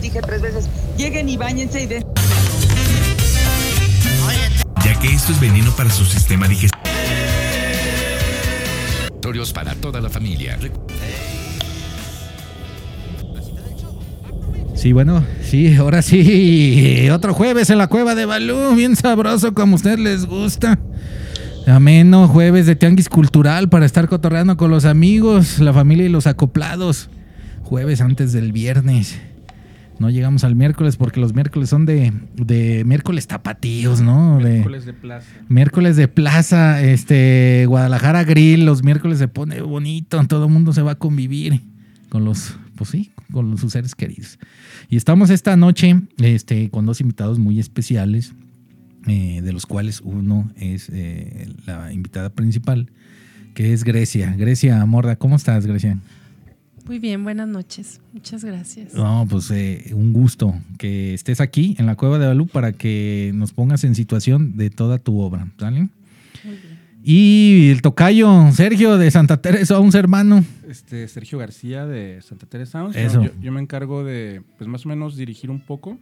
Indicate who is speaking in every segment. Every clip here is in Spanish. Speaker 1: dije tres veces, lleguen y bañense y den...
Speaker 2: ya que esto es veneno para su sistema digestivo.
Speaker 3: Para toda la familia.
Speaker 4: Sí, bueno, sí, ahora sí. Otro jueves en la cueva de Balú, bien sabroso como a ustedes les gusta. Ameno jueves de Tianguis Cultural para estar cotorreando con los amigos, la familia y los acoplados. Jueves antes del viernes. No llegamos al miércoles porque los miércoles son de, de miércoles tapatíos, ¿no? De-
Speaker 5: Miércoles de plaza.
Speaker 4: Miércoles de plaza, este, Guadalajara Grill, los miércoles se pone bonito, todo el mundo se va a convivir con los, pues sí, con los- sus seres queridos. Y estamos esta noche este, con dos invitados muy especiales, eh, de los cuales uno es eh, la invitada principal, que es Grecia. Grecia Morda, ¿cómo estás, Grecia?
Speaker 6: Muy bien, buenas noches. Muchas gracias.
Speaker 4: No, pues eh, un gusto que estés aquí en la Cueva de Balú para que nos pongas en situación de toda tu obra, ¿sale? Y el tocayo Sergio de Santa Teresa, un hermano.
Speaker 5: Este, Sergio García de Santa Teresa Sounds.
Speaker 4: Eso.
Speaker 5: Yo, yo me encargo de, pues más o menos, dirigir un poco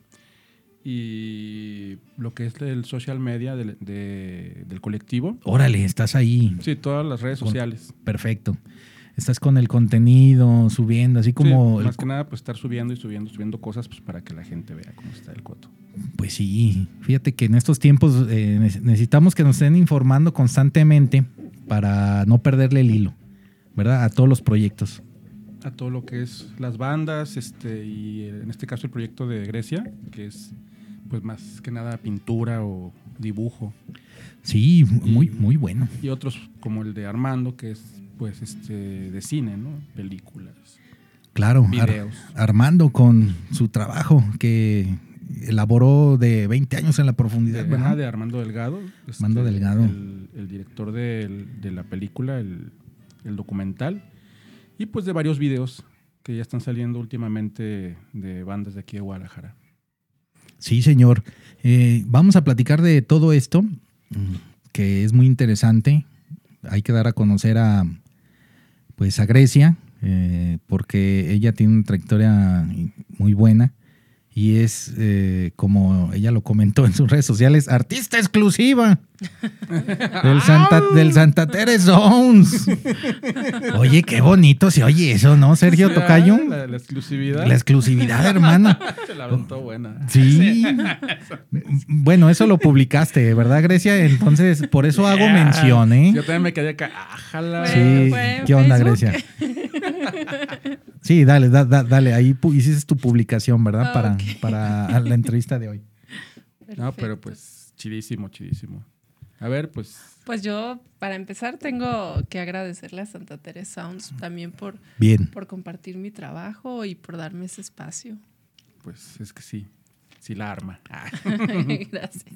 Speaker 5: y lo que es el social media del, de- del colectivo.
Speaker 4: Órale, estás ahí.
Speaker 5: Sí, todas las redes
Speaker 4: Con-
Speaker 5: sociales.
Speaker 4: Perfecto. Estás con el contenido, subiendo, así como...
Speaker 5: Sí,
Speaker 4: el-
Speaker 5: más que nada, pues estar subiendo y subiendo, subiendo cosas pues, para que la gente vea cómo está el coto.
Speaker 4: Pues sí, fíjate que en estos tiempos eh, ne- necesitamos que nos estén informando constantemente para no perderle el hilo, ¿verdad? A todos los proyectos.
Speaker 5: A todo lo que es las bandas, este, y en este caso el proyecto de Grecia, que es pues más que nada pintura o dibujo.
Speaker 4: Sí, muy,
Speaker 5: Y-
Speaker 4: muy bueno.
Speaker 5: y otros como el de Armando, que es pues este de cine, ¿no? Películas.
Speaker 4: Claro, Ar-
Speaker 5: Videos.
Speaker 4: Armando con su trabajo que elaboró de 20 años en la profundidad,
Speaker 5: De,
Speaker 4: ¿verdad?
Speaker 5: Eh, ajá, de Armando Delgado. este,
Speaker 4: Armando Delgado.
Speaker 5: El, el director del- de, la película, el, el documental. Y pues de varios videos que ya están saliendo últimamente de bandas de aquí de Guadalajara.
Speaker 4: Sí, señor. Eh, vamos a platicar de todo esto, mm, que es muy interesante. Hay que dar a conocer a, pues, a Grecia, eh, porque ella tiene una trayectoria muy buena y es, eh, como ella lo comentó en sus redes sociales, artista exclusiva del Santa, del Santa Teresa Sounds. Oye, qué bonito se oye eso, ¿no, Sergio
Speaker 5: Ah,
Speaker 4: Tocayo?
Speaker 5: La, la exclusividad.
Speaker 4: La exclusividad, hermana.
Speaker 5: Se la aventó buena.
Speaker 4: Sí. bueno, eso lo publicaste, ¿verdad, Grecia? Entonces, por eso hago
Speaker 5: Yeah.
Speaker 4: mención,
Speaker 5: Yo
Speaker 4: ¿eh?
Speaker 5: también me quedé acá. Ájala.
Speaker 4: Sí.
Speaker 6: Fue en
Speaker 4: ¿Qué onda,
Speaker 6: Facebook.
Speaker 4: Grecia? Sí, dale, da- da- dale. Ahí pu- hiciste tu publicación, ¿verdad? Para,
Speaker 6: Ok.
Speaker 4: para la entrevista de hoy.
Speaker 5: No,
Speaker 6: Perfecto.
Speaker 5: pero pues chidísimo, chidísimo. A ver, pues
Speaker 6: Pues yo, para empezar, tengo que agradecerle a Santa Teresa Sounds también por,
Speaker 4: Bien.
Speaker 6: por compartir mi trabajo y por darme ese espacio.
Speaker 5: Pues es que sí, sí la arma. Ah.
Speaker 6: Gracias.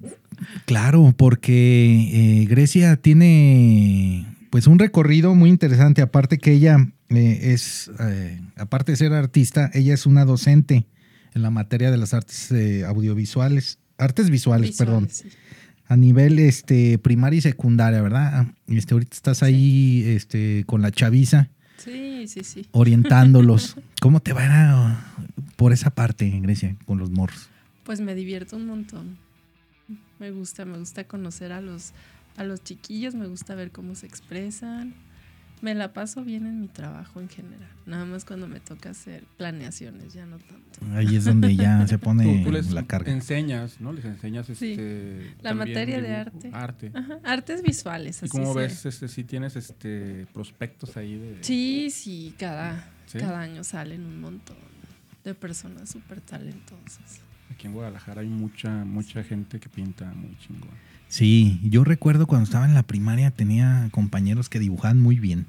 Speaker 4: Claro, porque eh, Grecia tiene pues un recorrido muy interesante. Aparte que ella eh, es, eh, aparte de ser artista, ella es una docente en la materia de las artes eh, audiovisuales, artes visuales, perdón,
Speaker 6: Visuales, sí.
Speaker 4: a nivel este primaria y secundaria, ¿verdad? Este, ahorita estás ahí este, con la chaviza
Speaker 6: Sí, sí, sí.
Speaker 4: orientándolos. ¿Cómo te van a, ah, por esa parte, Grecia, con los morros?
Speaker 6: Pues me divierto un montón. Me gusta, me gusta conocer a los, a los chiquillos, me gusta ver cómo se expresan. Me la paso bien en mi trabajo en general. Nada más cuando me toca hacer planeaciones, ya no tanto.
Speaker 4: Ahí es donde ya se pone
Speaker 5: Tú, tú les
Speaker 4: la carga.
Speaker 5: enseñas, ¿no? Les enseñas
Speaker 6: Sí.
Speaker 5: este,
Speaker 6: La
Speaker 5: también
Speaker 6: materia de
Speaker 5: dibujo,
Speaker 6: arte. Ah,
Speaker 5: Arte.
Speaker 6: Ajá, Artes visuales, así
Speaker 5: ¿Y cómo
Speaker 6: se-
Speaker 5: ves este, si tienes este, prospectos ahí? De,
Speaker 6: Sí, sí, cada,
Speaker 5: ¿Sí?
Speaker 6: cada año salen un montón de personas súper talentosas.
Speaker 5: Aquí en Guadalajara hay mucha mucha gente que pinta muy chingón.
Speaker 4: Sí, yo recuerdo cuando estaba en la primaria tenía compañeros que dibujaban muy bien.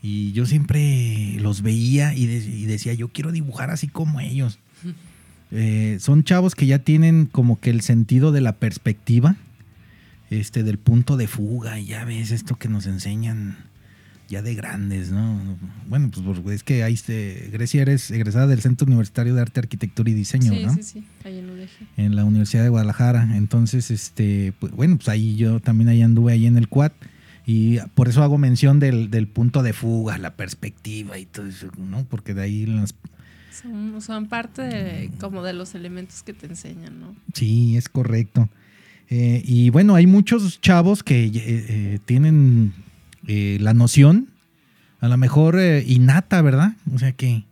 Speaker 4: Y yo siempre los veía y, de- y decía, yo quiero dibujar así como ellos. Eh, son chavos que ya tienen como que el sentido de la perspectiva, este, del punto de fuga, y ya ves esto que nos enseñan ya de grandes, ¿no? Bueno, pues por- es que ahí este, Grecia eres egresada del Centro Universitario de Arte, Arquitectura y Diseño,
Speaker 6: sí,
Speaker 4: ¿no?
Speaker 6: sí, sí, ahí en UDG.
Speaker 4: en la Universidad de Guadalajara. Entonces, este, pues, bueno, pues ahí yo también ahí anduve ahí en el quad. Y por eso hago mención del, del punto de fuga, la perspectiva y todo eso, ¿no? Porque de ahí las,
Speaker 6: Son, son parte de, como de los elementos que te enseñan, ¿no?
Speaker 4: Sí, es correcto. Eh, y bueno, hay muchos chavos que eh, eh, tienen eh, la noción, a lo mejor eh, innata, ¿verdad? O sea que,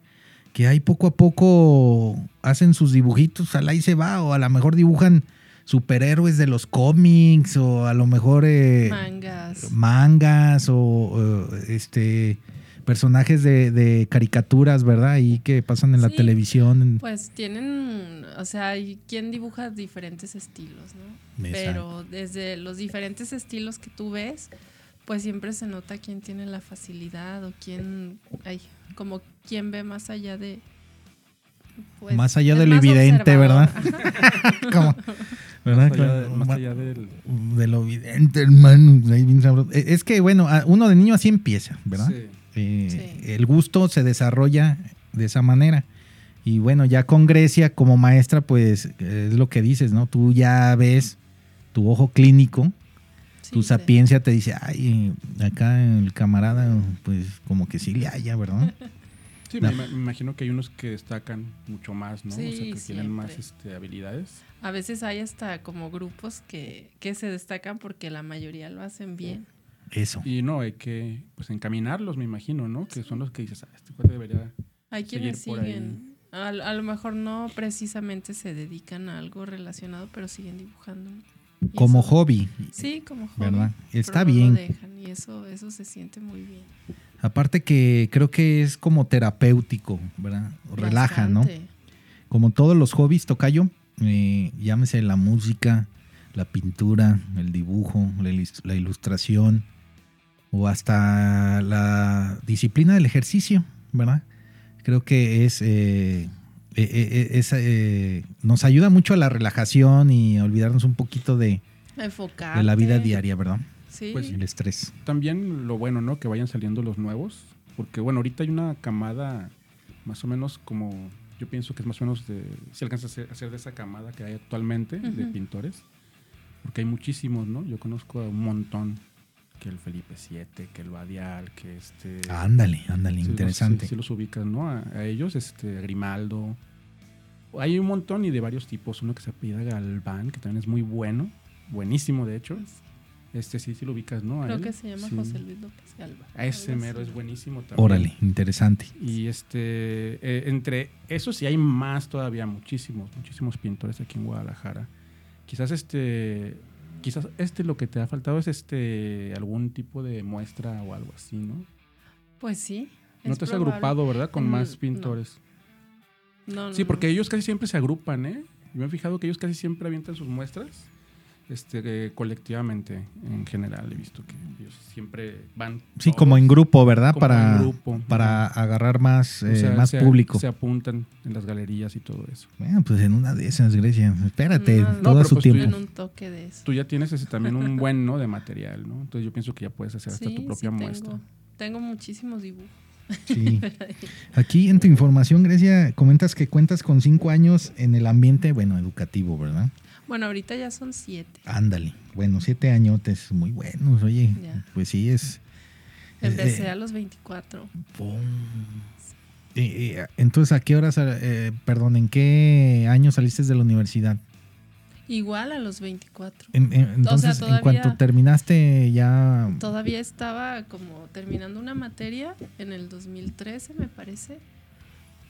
Speaker 4: que ahí poco a poco hacen sus dibujitos, al ahí se va, o a lo mejor dibujan superhéroes de los cómics, o a lo mejor eh,
Speaker 6: Mangas.
Speaker 4: mangas o eh, este personajes de, de caricaturas, ¿verdad? Y que pasan en la
Speaker 6: Sí.
Speaker 4: televisión.
Speaker 6: Pues tienen, o sea, hay quien dibuja diferentes estilos, ¿no? Pero desde los diferentes estilos que tú ves, pues siempre se nota quién tiene la facilidad o quién, ay, como quién ve más allá de... pues,
Speaker 4: Más allá
Speaker 6: es
Speaker 4: de lo
Speaker 6: más
Speaker 4: evidente,
Speaker 6: observador.
Speaker 4: ¿verdad? Como- ¿verdad?
Speaker 5: Más allá, de- más
Speaker 4: Ah, Ma-
Speaker 5: allá del.
Speaker 4: De lo evidente, hermano. Ahí bien sabroso. Eh, Es que, bueno, a- uno de niño así empieza, ¿verdad?
Speaker 5: Sí.
Speaker 4: Eh,
Speaker 6: Sí.
Speaker 4: El gusto se desarrolla de esa manera. Y bueno, ya con Grecia como maestra, pues eh, es lo que dices, ¿no? Tú ya ves tu ojo clínico,
Speaker 6: Sí,
Speaker 4: tu
Speaker 6: sí.
Speaker 4: sapiencia te dice, ay, acá el camarada, pues como que sí le haya, ¿verdad?
Speaker 5: Sí,
Speaker 4: No.
Speaker 5: me, ima- me imagino que hay unos que destacan mucho más, ¿no? o sea,
Speaker 6: Sí,
Speaker 5: que tienen más
Speaker 6: siempre.
Speaker 5: este, habilidades.
Speaker 6: A veces hay hasta como grupos que, que se destacan porque la mayoría lo hacen bien.
Speaker 4: Eso.
Speaker 5: Y no, hay que pues encaminarlos, me imagino, ¿no? Que son los que dices, ah, este cuate debería.
Speaker 6: Hay
Speaker 5: Seguir
Speaker 6: quienes
Speaker 5: por ahí.
Speaker 6: siguen. A, a lo mejor no precisamente se dedican a algo relacionado, pero siguen dibujando. ¿no? Y
Speaker 4: Como
Speaker 6: eso-
Speaker 4: hobby.
Speaker 6: Sí, como hobby.
Speaker 4: ¿Verdad? Está
Speaker 6: pero no
Speaker 4: bien.
Speaker 6: Lo dejan y eso, eso se siente muy bien.
Speaker 4: Aparte que creo que es como terapéutico, ¿verdad? Relaja, ¿no? como todos los hobbies, tocayo, eh, llámese la música, la pintura, el dibujo, la, ilus- la ilustración o hasta la disciplina del ejercicio, ¿verdad? Creo que es, eh, eh, eh, eh, es, eh, nos ayuda mucho a la relajación y a olvidarnos un poquito de,
Speaker 6: ¿no? Enfocarte.
Speaker 4: de la vida diaria, ¿verdad?
Speaker 6: Sí.
Speaker 5: Pues
Speaker 4: El estrés.
Speaker 5: También lo bueno, ¿no? Que vayan saliendo los nuevos. Porque, bueno, ahorita hay una camada más o menos como. Yo pienso que es más o menos de. Si alcanza a ser, a ser de esa camada que hay actualmente de
Speaker 6: Ujú.
Speaker 5: pintores. Porque hay muchísimos, ¿no? Yo conozco a un montón. Que el Felipe VII, que el Badial, que este.
Speaker 4: Ándale, ándale,
Speaker 5: Sí, los-
Speaker 4: Ah, interesante.
Speaker 5: sí, sí los ubicas, ¿no? A, a ellos, este, a Grimaldo. Hay un montón y de varios tipos. Uno que se apellida Galván, que también es muy bueno. Buenísimo, de hecho. Este sí, sí lo ubicas, ¿no? A
Speaker 6: Creo
Speaker 5: él.
Speaker 6: que se llama
Speaker 5: Sí.
Speaker 6: José Luis López Galva.
Speaker 5: A ese
Speaker 6: algo
Speaker 5: mero
Speaker 6: así.
Speaker 5: es buenísimo también.
Speaker 4: Órale, interesante.
Speaker 5: Y este, eh, entre esos sí hay más todavía, muchísimos, muchísimos pintores aquí en Guadalajara. Quizás este, quizás este lo que te ha faltado es este, algún tipo de muestra o algo así, ¿no?
Speaker 6: Pues sí.
Speaker 5: No
Speaker 6: es
Speaker 5: te has
Speaker 6: probable.
Speaker 5: agrupado, ¿verdad? Con
Speaker 6: Mm,
Speaker 5: más
Speaker 6: no.
Speaker 5: pintores.
Speaker 6: No, no,
Speaker 5: Sí, porque
Speaker 6: no.
Speaker 5: ellos casi siempre se agrupan, ¿eh? Yo me he fijado que ellos casi siempre avientan sus muestras este, eh, colectivamente, en general. He visto que ellos siempre van.
Speaker 4: Sí,
Speaker 5: todos
Speaker 4: como en grupo, ¿verdad?
Speaker 5: como
Speaker 4: para,
Speaker 5: en grupo.
Speaker 4: para agarrar más,
Speaker 5: O
Speaker 4: eh,
Speaker 5: sea,
Speaker 4: más
Speaker 5: se-
Speaker 4: público.
Speaker 5: Se apuntan en las galerías y todo eso.
Speaker 4: Bueno, pues en una de esas, Grecia. Espérate,
Speaker 6: No,
Speaker 4: todo
Speaker 5: no,
Speaker 4: a
Speaker 5: pero
Speaker 4: su
Speaker 5: pues tú
Speaker 4: tiempo.
Speaker 6: En un toque de eso.
Speaker 5: Tú ya tienes ese, también un buen ¿no? de material, ¿no? Entonces yo pienso que ya puedes hacer hasta tu propia muestra.
Speaker 6: Tengo, tengo muchísimos dibujos.
Speaker 4: Sí. Aquí en tu información, Grecia, comentas que cuentas con cinco años en el ambiente, bueno, educativo, ¿verdad?
Speaker 6: Bueno, ahorita ya son siete.
Speaker 5: Eh.
Speaker 4: Ándale. Bueno, siete añotes, muy buenos, oye.
Speaker 6: Ya.
Speaker 4: Pues sí, es.
Speaker 6: Empecé
Speaker 4: eh,
Speaker 6: a los 24.
Speaker 4: pum. Eh, eh, entonces, ¿a qué horas, eh, perdón, en qué año saliste de la universidad?
Speaker 6: Igual a los 24.
Speaker 4: En- en- entonces, en
Speaker 6: todavía-
Speaker 4: cuanto terminaste ya...
Speaker 6: Todavía estaba como terminando una materia en el 2013, me parece.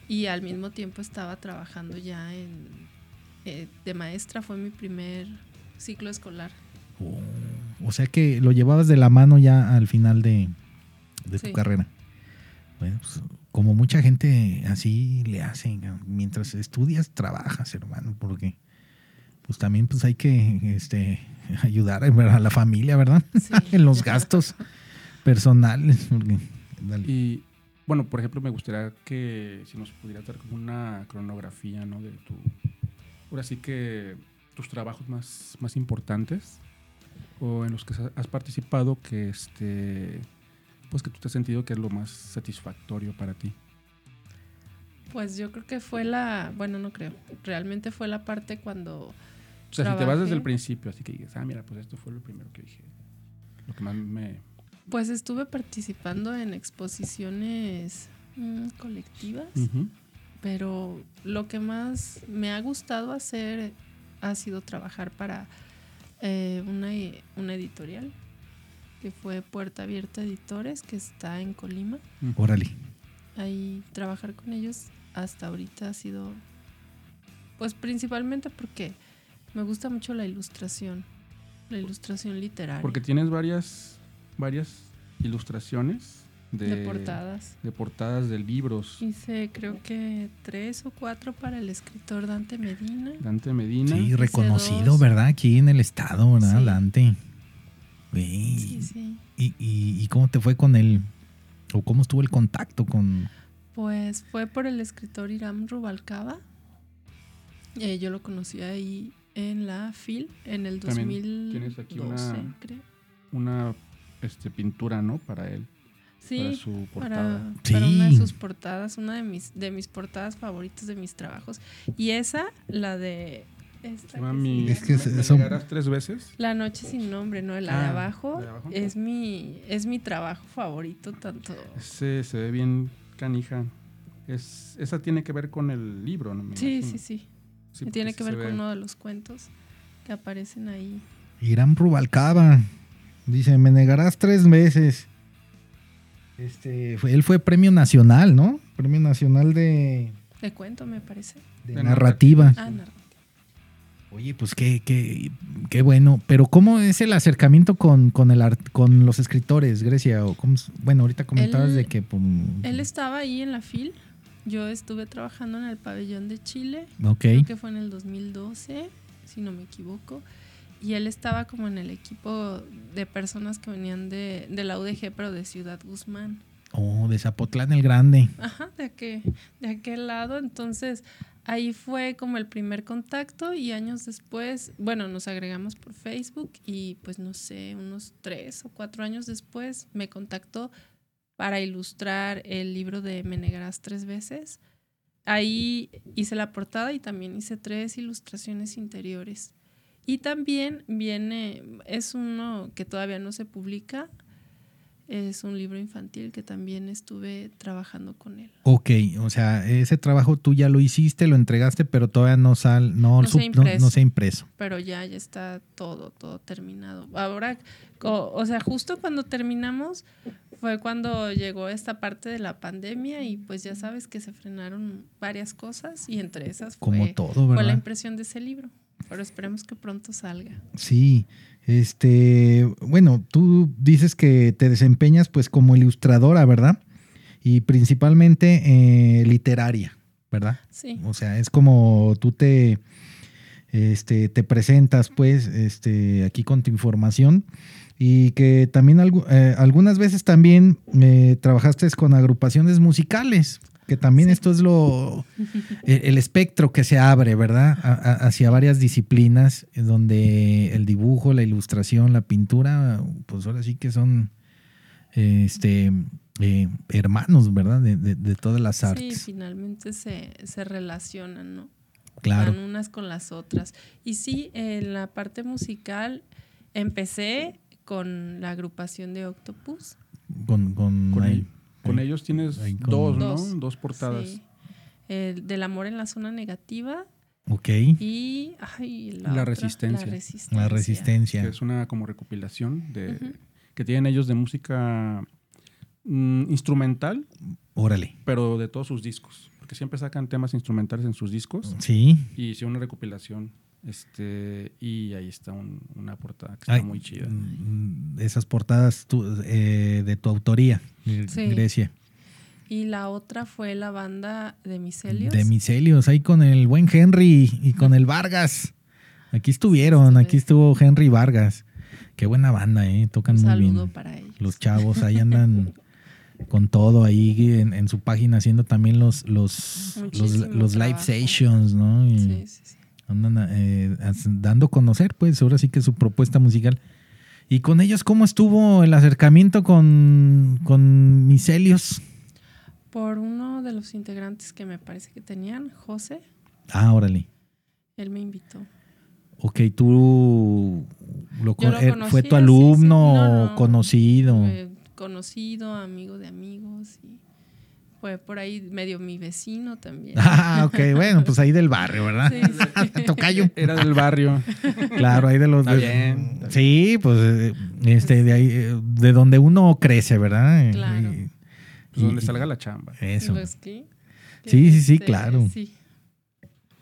Speaker 6: Y al mismo tiempo estaba trabajando ya en, eh, de maestra. Fue mi primer ciclo escolar.
Speaker 4: Oh, o sea que lo llevabas de la mano ya al final de, de tu
Speaker 6: Sí.
Speaker 4: carrera. Bueno, pues, como mucha gente así le hacen, ¿no? mientras estudias, trabajas, hermano, porque pues también pues hay que este, ayudar a la familia, ¿verdad?
Speaker 6: Sí.
Speaker 4: en los gastos personales. porque- dale.
Speaker 5: Y bueno, por ejemplo, me gustaría que si nos pudieras dar como una cronografía, ¿no? De tu. Ahora sí que tus trabajos más, más importantes o en los que has participado que este. Pues que tú te has sentido que es lo más satisfactorio para ti.
Speaker 6: Pues yo creo que fue la, bueno, no creo. Realmente fue la parte cuando
Speaker 5: O sea, si te vas desde
Speaker 6: Trabajé.
Speaker 5: el principio, así que dices, ah, mira, pues esto fue lo primero que dije. Lo que más me.
Speaker 6: Pues estuve participando en exposiciones mm, colectivas
Speaker 5: Ujú.
Speaker 6: pero lo que más me ha gustado hacer ha sido trabajar para eh, una, e- una editorial que fue Puerta Abierta Editores, que está en Colima.
Speaker 4: Órale.
Speaker 6: Ahí trabajar con ellos hasta ahorita ha sido, pues principalmente porque me gusta mucho la ilustración, la ilustración literaria,
Speaker 5: Porque tienes varias, varias ilustraciones de,
Speaker 6: de portadas.
Speaker 5: de portadas de libros.
Speaker 6: Hice creo que tres o cuatro para el escritor Dante Medina.
Speaker 5: Dante Medina.
Speaker 4: Sí, reconocido,
Speaker 6: dos.
Speaker 4: ¿verdad? Aquí en el estado, ¿verdad?
Speaker 6: Sí.
Speaker 4: Dante. Güey,
Speaker 5: Mm.
Speaker 6: Sí, sí.
Speaker 4: Y, y- y cómo te fue con él? ¿O cómo estuvo el contacto con...?
Speaker 6: Pues fue por el escritor Iram Rubalcaba. Eh, yo lo conocí ahí en la FIL en el
Speaker 5: También
Speaker 6: 2012,
Speaker 5: tienes aquí una-
Speaker 6: creo.
Speaker 5: Una este, pintura, ¿no? Para él. para
Speaker 6: Sí,
Speaker 5: su portada.
Speaker 6: para,
Speaker 4: Sí.
Speaker 6: para una de sus portadas, una de mis, de mis portadas favoritas de mis trabajos. Y esa, la de... esta
Speaker 5: Se llama
Speaker 6: que
Speaker 5: mi.
Speaker 6: se
Speaker 4: Es que
Speaker 6: llama-
Speaker 4: se-
Speaker 5: ¿Me
Speaker 4: son-
Speaker 5: negarás tres veces.
Speaker 6: La noche sin nombre, ¿no? La de
Speaker 5: Ah,
Speaker 6: abajo,
Speaker 5: ¿la de abajo?
Speaker 6: Es, mi, es mi trabajo favorito, tanto...
Speaker 5: Ese se ve bien canija. Es, esa tiene que ver con el libro, ¿no? Me
Speaker 6: Sí,
Speaker 5: imagino.
Speaker 6: sí, sí.
Speaker 5: Sí, porque
Speaker 6: Tiene
Speaker 5: sí
Speaker 6: que
Speaker 5: se
Speaker 6: ver
Speaker 5: ve.
Speaker 6: con uno de los cuentos que aparecen ahí.
Speaker 4: Irán Rubalcaba. Dice, me negarás tres veces. Este, fue- él fue premio nacional, ¿no? Premio nacional de,
Speaker 6: De cuento, me parece.
Speaker 4: de
Speaker 5: De
Speaker 4: narrativa.
Speaker 5: narrativa.
Speaker 6: Ah,
Speaker 5: Sí.
Speaker 6: no.
Speaker 4: Oye, pues qué, qué, qué bueno. Pero ¿cómo es el acercamiento con, con, el art- con los escritores, Grecia? O cómo es- bueno, ahorita comentabas
Speaker 6: Él-
Speaker 4: de que... pues,
Speaker 6: Él estaba ahí en la FIL. Yo estuve trabajando en el pabellón de Chile.
Speaker 4: ok,
Speaker 6: Creo que fue en el 2012, si no me equivoco. Y él estaba como en el equipo de personas que venían de, de la UDG, pero de Ciudad Guzmán.
Speaker 4: oh, de Zapotlán el Grande.
Speaker 6: Ajá, de aquel, de aquel lado. Entonces, ahí fue como el primer contacto y años después, bueno, nos agregamos por Facebook y pues no sé, unos tres o cuatro años después me contactó para ilustrar el libro de Me negarás tres veces. Ahí hice la portada y también hice tres ilustraciones interiores. Y también viene, es uno que todavía no se publica, es un libro infantil que también estuve trabajando con él.
Speaker 4: Ok, o sea, ese trabajo tú ya lo hiciste, lo entregaste, pero todavía no sal, no,
Speaker 6: No se ha
Speaker 4: sup- no- no
Speaker 6: impreso.
Speaker 4: se ha impreso.
Speaker 6: pero ya, ya está todo, todo terminado. Ahora, o, o sea, justo cuando terminamos fue cuando llegó esta parte de la pandemia y pues ya sabes que se frenaron varias cosas y entre esas fue,
Speaker 4: Como todo,
Speaker 6: fue la
Speaker 4: ¿verdad?
Speaker 6: impresión de ese libro. Pero esperemos que pronto salga.
Speaker 4: Sí, este, bueno, tú dices que te desempeñas pues como ilustradora, ¿verdad? Y principalmente eh, literaria, ¿verdad?
Speaker 6: Sí,
Speaker 4: O sea, es como tú te, este, te presentas, pues, este, aquí con tu información. Y que también algu- eh, algunas veces también eh, trabajaste con agrupaciones musicales, que también
Speaker 6: Sí.
Speaker 4: esto es lo el, el espectro que se abre, ¿verdad? A- a- hacia varias disciplinas, en donde el dibujo, la ilustración, la pintura, pues ahora sí que son este eh, hermanos, ¿verdad? De, de- de todas las
Speaker 6: sí
Speaker 4: artes.
Speaker 6: finalmente se, se relacionan, ¿no?
Speaker 4: claro.
Speaker 6: van unas con las otras. Y sí, en la parte musical empecé con la agrupación de Octopus.
Speaker 4: Con, con,
Speaker 5: Con,
Speaker 4: ahí.
Speaker 5: el- con
Speaker 4: ahí.
Speaker 5: ellos tienes
Speaker 4: ahí con-
Speaker 5: dos, ¿no?
Speaker 6: Dos.
Speaker 5: Dos, portadas.
Speaker 6: Sí. El del amor en la zona negativa
Speaker 4: Ok.
Speaker 6: y ay, la,
Speaker 5: La
Speaker 6: otra,
Speaker 5: resistencia.
Speaker 6: La resistencia.
Speaker 4: La resistencia.
Speaker 5: Que es una como recopilación de
Speaker 6: Ujú.
Speaker 5: que tienen ellos de música mm, instrumental,
Speaker 4: Órale.
Speaker 5: pero de todos sus discos. Porque siempre sacan temas instrumentales en sus discos.
Speaker 4: Sí.
Speaker 5: Y hicieron una recopilación. Este, y ahí está un- una portada que está
Speaker 4: Ay,
Speaker 5: muy chida.
Speaker 4: mm, Esas portadas tu- eh, de tu autoría, Gre-
Speaker 6: Sí.
Speaker 4: Grecia.
Speaker 6: Y la otra fue la banda de Miselios.
Speaker 4: De Miselios, ahí con el buen Henry y con el Vargas. Aquí estuvieron, aquí estuvo Henry Vargas. Qué buena banda, ¿eh? Tocan
Speaker 6: Un
Speaker 4: muy
Speaker 6: saludo
Speaker 4: bien.
Speaker 6: para ellos.
Speaker 4: Los chavos ahí andan con todo ahí en, en su página haciendo también los los, los,
Speaker 6: Muchísimo
Speaker 4: los live
Speaker 6: trabajo.
Speaker 4: sessions, ¿no? Y-
Speaker 6: Sí, sí, sí.
Speaker 4: andan eh, as- dando a conocer, pues, ahora sí que su propuesta musical. ¿Y con ellos cómo estuvo el acercamiento con, con Miselios?
Speaker 6: Por uno de los integrantes que me parece que tenían, José,
Speaker 4: Ah, órale.
Speaker 6: él me invitó.
Speaker 4: Ok, tú lo,
Speaker 6: Yo
Speaker 4: con-
Speaker 6: lo
Speaker 4: eh,
Speaker 6: conocí,
Speaker 4: fue tu
Speaker 6: sí,
Speaker 4: alumno
Speaker 6: sí. No,
Speaker 4: o
Speaker 6: no.
Speaker 4: conocido.
Speaker 6: Eh, conocido, amigo de amigos. Y Fue por ahí medio mi vecino también.
Speaker 4: Ah, ok, bueno, pues ahí del barrio, ¿verdad?
Speaker 6: Sí, sí.
Speaker 4: Tocayo.
Speaker 5: Era del barrio. pues,
Speaker 4: Claro, ahí de los.
Speaker 7: Está
Speaker 4: de-
Speaker 7: bien, está
Speaker 4: Sí, pues eh, este, de ahí, eh, de donde uno crece, ¿verdad? Eh,
Speaker 6: Claro.
Speaker 4: y-
Speaker 5: Pues donde
Speaker 4: y-
Speaker 5: salga la chamba.
Speaker 4: Eso.
Speaker 6: Los que- que,
Speaker 4: Sí, sí, sí,
Speaker 6: este,
Speaker 4: claro.
Speaker 6: Sí.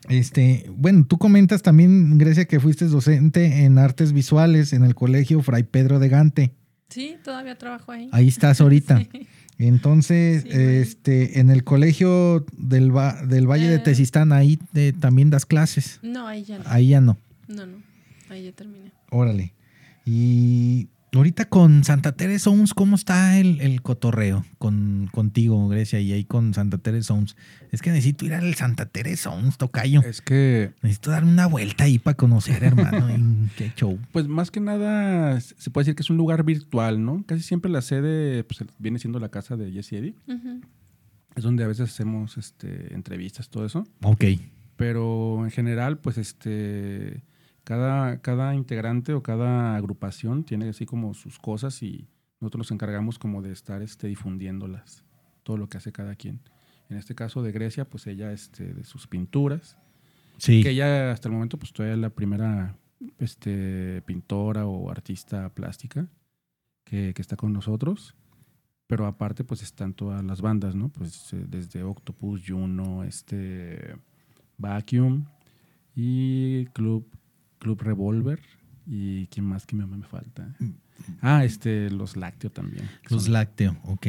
Speaker 4: Este, bueno, tú comentas también, Grecia, que fuiste docente en artes visuales en el colegio Fray Pedro de Gante.
Speaker 6: Sí, todavía trabajo ahí.
Speaker 4: Ahí estás ahorita.
Speaker 6: Sí.
Speaker 4: Entonces,
Speaker 6: Sí, vale.
Speaker 4: este, en el colegio del, va- del Valle de
Speaker 6: Eh.
Speaker 4: Tezistán, ahí eh, también das clases.
Speaker 6: No, ahí ya no.
Speaker 4: Ahí ya no.
Speaker 6: No, no. Ahí ya terminé.
Speaker 4: Órale. Y ahorita con Santa Teresa Sons, ¿cómo está el, el cotorreo con, contigo, Grecia? Y ahí con Santa Teresa Sons. Es que necesito ir al Santa Teresa Sons, tocayo.
Speaker 5: Es que,
Speaker 4: Necesito darme una vuelta ahí para conocer, hermano. Y qué show.
Speaker 5: pues más que nada, s- se puede decir que es un lugar virtual, ¿no? Casi siempre la sede pues, viene siendo la casa de Jesse Eddy.
Speaker 6: Ujú.
Speaker 5: Es donde a veces hacemos este, entrevistas, todo eso.
Speaker 4: Ok.
Speaker 5: Pero en general, pues este. Cada, cada integrante o cada agrupación tiene así como sus cosas y nosotros nos encargamos como de estar este, difundiéndolas, todo lo que hace cada quien. En este caso de Grecia, pues ella este, de sus pinturas,
Speaker 4: Sí.
Speaker 5: que ella hasta el momento pues todavía es la primera este, pintora o artista plástica que, que está con nosotros. Pero aparte pues están todas las bandas, ¿no? Pues eh, desde Octopus, Juno, este Vacuum y Club, Club Revolver. ¿Y quién más que mi mamá me falta? Ah, este, los Lácteo también. que
Speaker 4: Mm. Los
Speaker 5: son-
Speaker 4: lácteo, ok.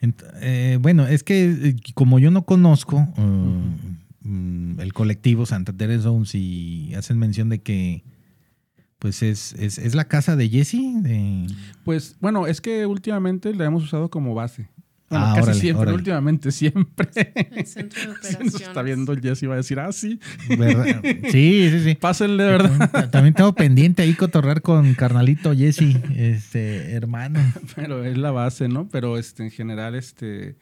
Speaker 4: Ent- eh, bueno, es que eh, como yo no conozco eh, mm, el colectivo Santa Teresa Downs y hacen mención de que pues es, es, es la casa de Jesse. de-
Speaker 5: Pues bueno, es que últimamente la hemos usado como base. Bueno,
Speaker 4: Ah,
Speaker 5: casi
Speaker 4: órale,
Speaker 5: siempre,
Speaker 4: órale.
Speaker 5: últimamente, siempre.
Speaker 6: El centro de
Speaker 5: Si
Speaker 6: operaciones.
Speaker 5: nos está viendo el Jesse va a decir, ah, sí,
Speaker 4: ¿verdad? Sí, sí, sí.
Speaker 5: pásenle, ¿verdad?
Speaker 4: Ta- También tengo pendiente ahí cotorrar con carnalito Jesse, este hermano.
Speaker 5: Pero es la base, ¿no? Pero este, en general, este,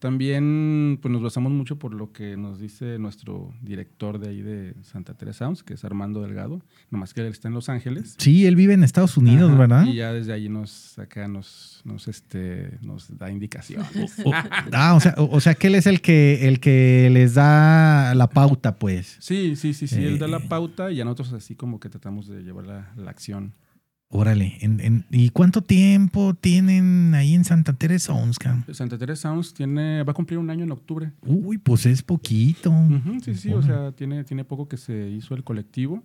Speaker 5: también pues, nos basamos mucho por lo que nos dice nuestro director de ahí de Santa Teresa Sounds, que es Armando Delgado, nomás que él está en Los Ángeles.
Speaker 4: Sí, él vive en Estados Unidos,
Speaker 5: Ajá,
Speaker 4: ¿verdad?
Speaker 5: Y ya desde ahí nos, acá nos, nos, este, nos da indicaciones.
Speaker 4: O- ah, o sea, o, o sea que él es el que, el que les da la pauta, pues.
Speaker 5: Sí, sí, sí, sí, él da la
Speaker 4: Eh.
Speaker 5: pauta y a nosotros así como que tratamos de llevar la, la acción.
Speaker 4: Órale, en- en- ¿y cuánto tiempo tienen ahí en Santa Teresa Onska?
Speaker 5: Santa Teresa Sounds tiene, va a cumplir un año en octubre.
Speaker 4: Uy, pues es poquito.
Speaker 5: Ujú, sí, sí, o
Speaker 4: Órale.
Speaker 5: sea, tiene, tiene poco que se hizo el colectivo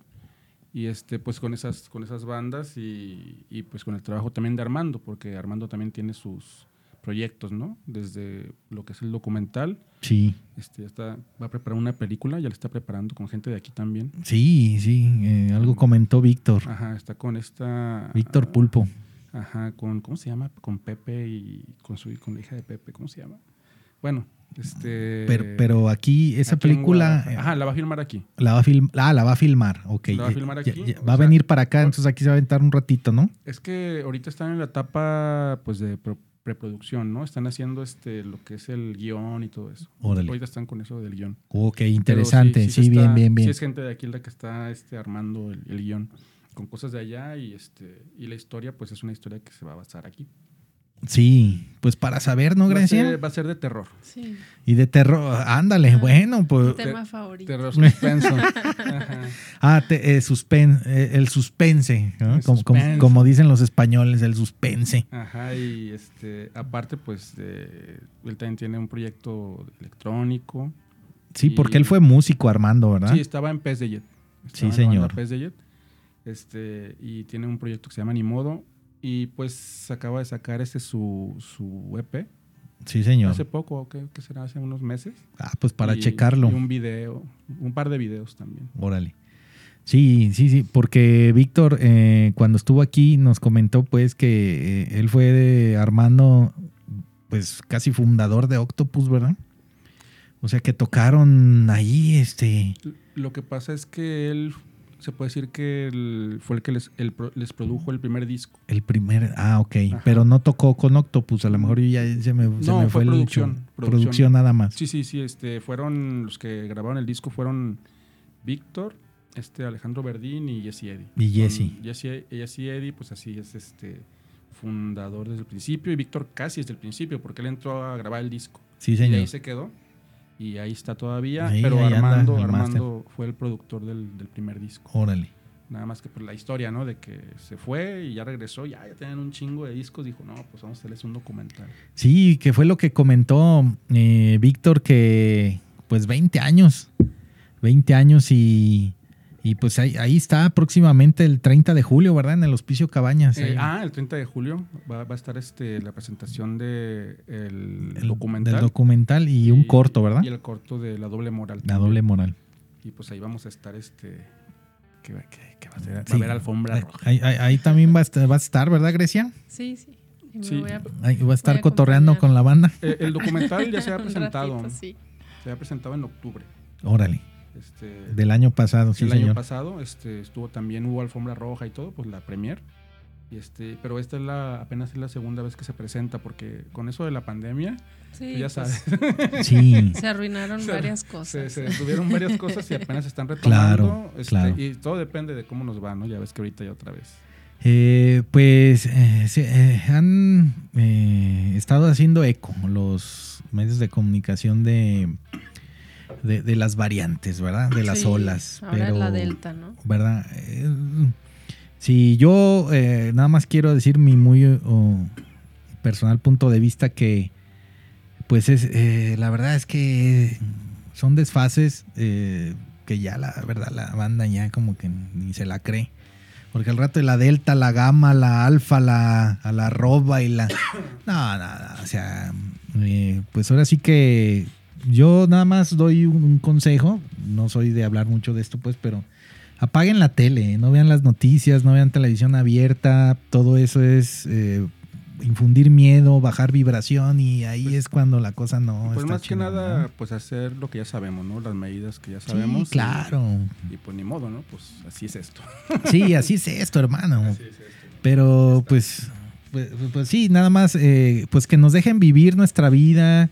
Speaker 5: y este, pues con esas, con esas bandas y, y, pues con el trabajo también de Armando, porque Armando también tiene sus proyectos, ¿no? Desde lo que es el documental,
Speaker 4: Sí,
Speaker 5: este, ya está, va a preparar una película, ya la está preparando con gente de aquí también.
Speaker 4: sí, sí, eh, algo comentó Víctor,
Speaker 5: Ajá, está con esta...
Speaker 4: Víctor Pulpo.
Speaker 5: Ajá, con, ¿cómo se llama? Con Pepe y con su con la hija de Pepe, ¿cómo se llama? Bueno, este...
Speaker 4: Pero, pero aquí esa
Speaker 5: aquí en
Speaker 4: película
Speaker 5: Guadalajara. Ajá, la va a filmar aquí.
Speaker 4: eh, la va a filmar, ah, la va a filmar, ok. Eh,
Speaker 5: La va a filmar aquí, o
Speaker 4: va a
Speaker 5: sea,
Speaker 4: venir para acá,
Speaker 5: por-
Speaker 4: entonces aquí se va a aventar un ratito, ¿no?
Speaker 5: Es que ahorita están en la etapa pues de pro- preproducción, ¿no? Están haciendo este lo que es el guión y todo eso.
Speaker 4: Órale.
Speaker 5: Ahorita están con eso del guión.
Speaker 4: Ok,
Speaker 5: Pero
Speaker 4: interesante, sí,
Speaker 5: se está-
Speaker 4: bien, bien, bien.
Speaker 5: Sí es gente de aquí la que está este, armando el, el guión con cosas de allá y este y la historia pues es una historia que se va a basar aquí.
Speaker 4: Sí, pues para saber, ¿no,
Speaker 5: va, a
Speaker 4: Grecia?
Speaker 5: ser, va a ser de terror.
Speaker 6: Sí,
Speaker 4: Y de terror, ándale,
Speaker 6: Ah.
Speaker 4: bueno,
Speaker 5: Eh,
Speaker 4: pues...
Speaker 6: tema favorito.
Speaker 5: Terror suspenso. Ajá.
Speaker 4: Ah, te- eh, suspen- eh, el suspense, ¿no?
Speaker 5: El
Speaker 4: como, como-
Speaker 5: suspense.
Speaker 4: como dicen los españoles, el suspense.
Speaker 5: Ajá, y este, aparte, pues, eh, él también tiene un proyecto electrónico.
Speaker 4: Sí,
Speaker 5: Y-
Speaker 4: porque él fue músico Armando, ¿verdad?
Speaker 5: Sí, estaba en Pez de Jet.
Speaker 4: Sí,
Speaker 5: Estaba en la banda
Speaker 4: señor.
Speaker 5: Pez de Jet. Este, y tiene un proyecto que se llama Ni Modo. Y pues acaba de sacar este su, su EP.
Speaker 4: Sí, señor.
Speaker 5: Hace poco, ¿o ¿qué, qué será? Hace unos meses.
Speaker 4: Ah, pues para
Speaker 5: Y-
Speaker 4: checarlo.
Speaker 5: Y un video, un par de videos también.
Speaker 4: Órale. Sí, sí, sí, porque Víctor eh, cuando estuvo aquí nos comentó pues que eh, él fue de Armando, pues casi fundador de Octopus, ¿verdad? O sea que tocaron ahí, este...
Speaker 5: L- Lo que pasa es que él, se puede decir que él fue el que les, el pro- les produjo el primer disco.
Speaker 4: El primer, ah, ok,
Speaker 5: Ajá.
Speaker 4: pero no tocó con Octopus, a lo mejor yo ya se me, se
Speaker 5: No,
Speaker 4: me
Speaker 5: fue
Speaker 4: fue, el
Speaker 5: producción,
Speaker 4: chu-
Speaker 5: producción.
Speaker 4: producción nada más.
Speaker 5: Sí, sí, sí, este, fueron los que grabaron el disco fueron Víctor, este Alejandro Verdín y Jesse Eddy.
Speaker 4: Y Jesse.
Speaker 5: Son Jesse, Jesse Eddy, pues así es este fundador desde el principio y Víctor casi desde el principio porque él entró a grabar el disco.
Speaker 4: Sí,
Speaker 5: Y
Speaker 4: señor.
Speaker 5: ahí se quedó. Y ahí está todavía.
Speaker 4: Sí,
Speaker 5: pero
Speaker 4: ahí anda
Speaker 5: Armando,
Speaker 4: el máster.
Speaker 5: Armando fue el productor del, del primer disco.
Speaker 4: Órale.
Speaker 5: Nada más que por la historia, ¿no? De que se fue y ya regresó. Ya, ya tenían un chingo de discos. Dijo, no, pues vamos a hacerles un documental.
Speaker 4: Sí, que fue lo que comentó eh, Víctor, que pues 20 años, 20 años y, y, pues ahí, ahí está próximamente el 30 de julio, ¿verdad? En el Hospicio Cabañas.
Speaker 5: Eh,
Speaker 4: ahí.
Speaker 5: ah, el 30 de julio va, va a estar este, la presentación de el
Speaker 4: El-
Speaker 5: documental.
Speaker 4: Del documental y un corto, ¿verdad?
Speaker 5: Y el corto de La Doble Moral.
Speaker 4: La
Speaker 5: también.
Speaker 4: doble moral.
Speaker 5: Y pues ahí vamos a estar este... Que, va- que- que va a ser? Va
Speaker 4: Sí.
Speaker 5: a haber alfombra
Speaker 4: Ahí-
Speaker 5: roja.
Speaker 4: Ahí, ahí- ahí también va a, estar, va a estar, ¿verdad, Grecia?
Speaker 6: Sí, sí. Y me
Speaker 5: Sí.
Speaker 6: voy a-
Speaker 4: Ahí va a estar
Speaker 6: Voy a
Speaker 4: cotorreando
Speaker 6: acompañar.
Speaker 4: con la banda.
Speaker 5: Eh, el documental ya se ha
Speaker 6: un
Speaker 5: presentado.
Speaker 6: ratito, sí.
Speaker 5: Se ha presentado en octubre.
Speaker 4: Órale,
Speaker 5: Este,
Speaker 4: del año pasado, sí,
Speaker 5: el
Speaker 4: señor.
Speaker 5: año pasado este, estuvo también, hubo alfombra roja y todo, pues la premier. Y este, pero esta es la, apenas es la segunda vez que se presenta, porque con eso de la pandemia,
Speaker 6: Sí,
Speaker 5: tú ya
Speaker 6: pues,
Speaker 5: sabes,
Speaker 4: Sí,
Speaker 6: Se arruinaron
Speaker 5: Se-
Speaker 6: varias
Speaker 5: se,
Speaker 6: cosas.
Speaker 5: se detuvieron varias cosas y apenas están retomando.
Speaker 4: Claro,
Speaker 5: este,
Speaker 4: claro.
Speaker 5: Y todo depende de cómo nos va, ¿no? Ya ves que ahorita ya otra vez.
Speaker 4: Eh, pues eh, se- eh, han eh, estado haciendo eco los medios de comunicación de, de, de las variantes, ¿verdad? De las
Speaker 6: Sí,
Speaker 4: olas.
Speaker 6: Ahora
Speaker 4: pero,
Speaker 6: la delta, ¿no?
Speaker 4: ¿Verdad? Eh, si yo eh, nada más quiero decir mi muy oh, personal punto de vista que, pues es, eh, la verdad es que son desfases eh, que ya la verdad la banda ya como que ni se la cree. Porque al rato de la delta, la gama, la alfa, la, a la roba y la... No, no, no, o sea, eh, pues ahora sí que yo nada más doy un, un consejo, no soy de hablar mucho de esto pues, pero apaguen la tele, no vean las noticias, no vean televisión abierta, todo eso es eh, infundir miedo, bajar vibración y ahí es cuando la cosa no...
Speaker 5: pues
Speaker 4: está
Speaker 5: más que
Speaker 4: chida,
Speaker 5: nada,
Speaker 4: ¿verdad?
Speaker 5: pues hacer lo que ya sabemos, ¿no? Las medidas que ya
Speaker 4: Sí,
Speaker 5: sabemos. y-
Speaker 4: claro.
Speaker 5: Y, pues ni modo, ¿no? Pues así es esto.
Speaker 4: Sí, así es esto, hermano.
Speaker 5: es esto.
Speaker 4: Pero pues, pues, pues sí, nada más, eh, pues que nos dejen vivir nuestra vida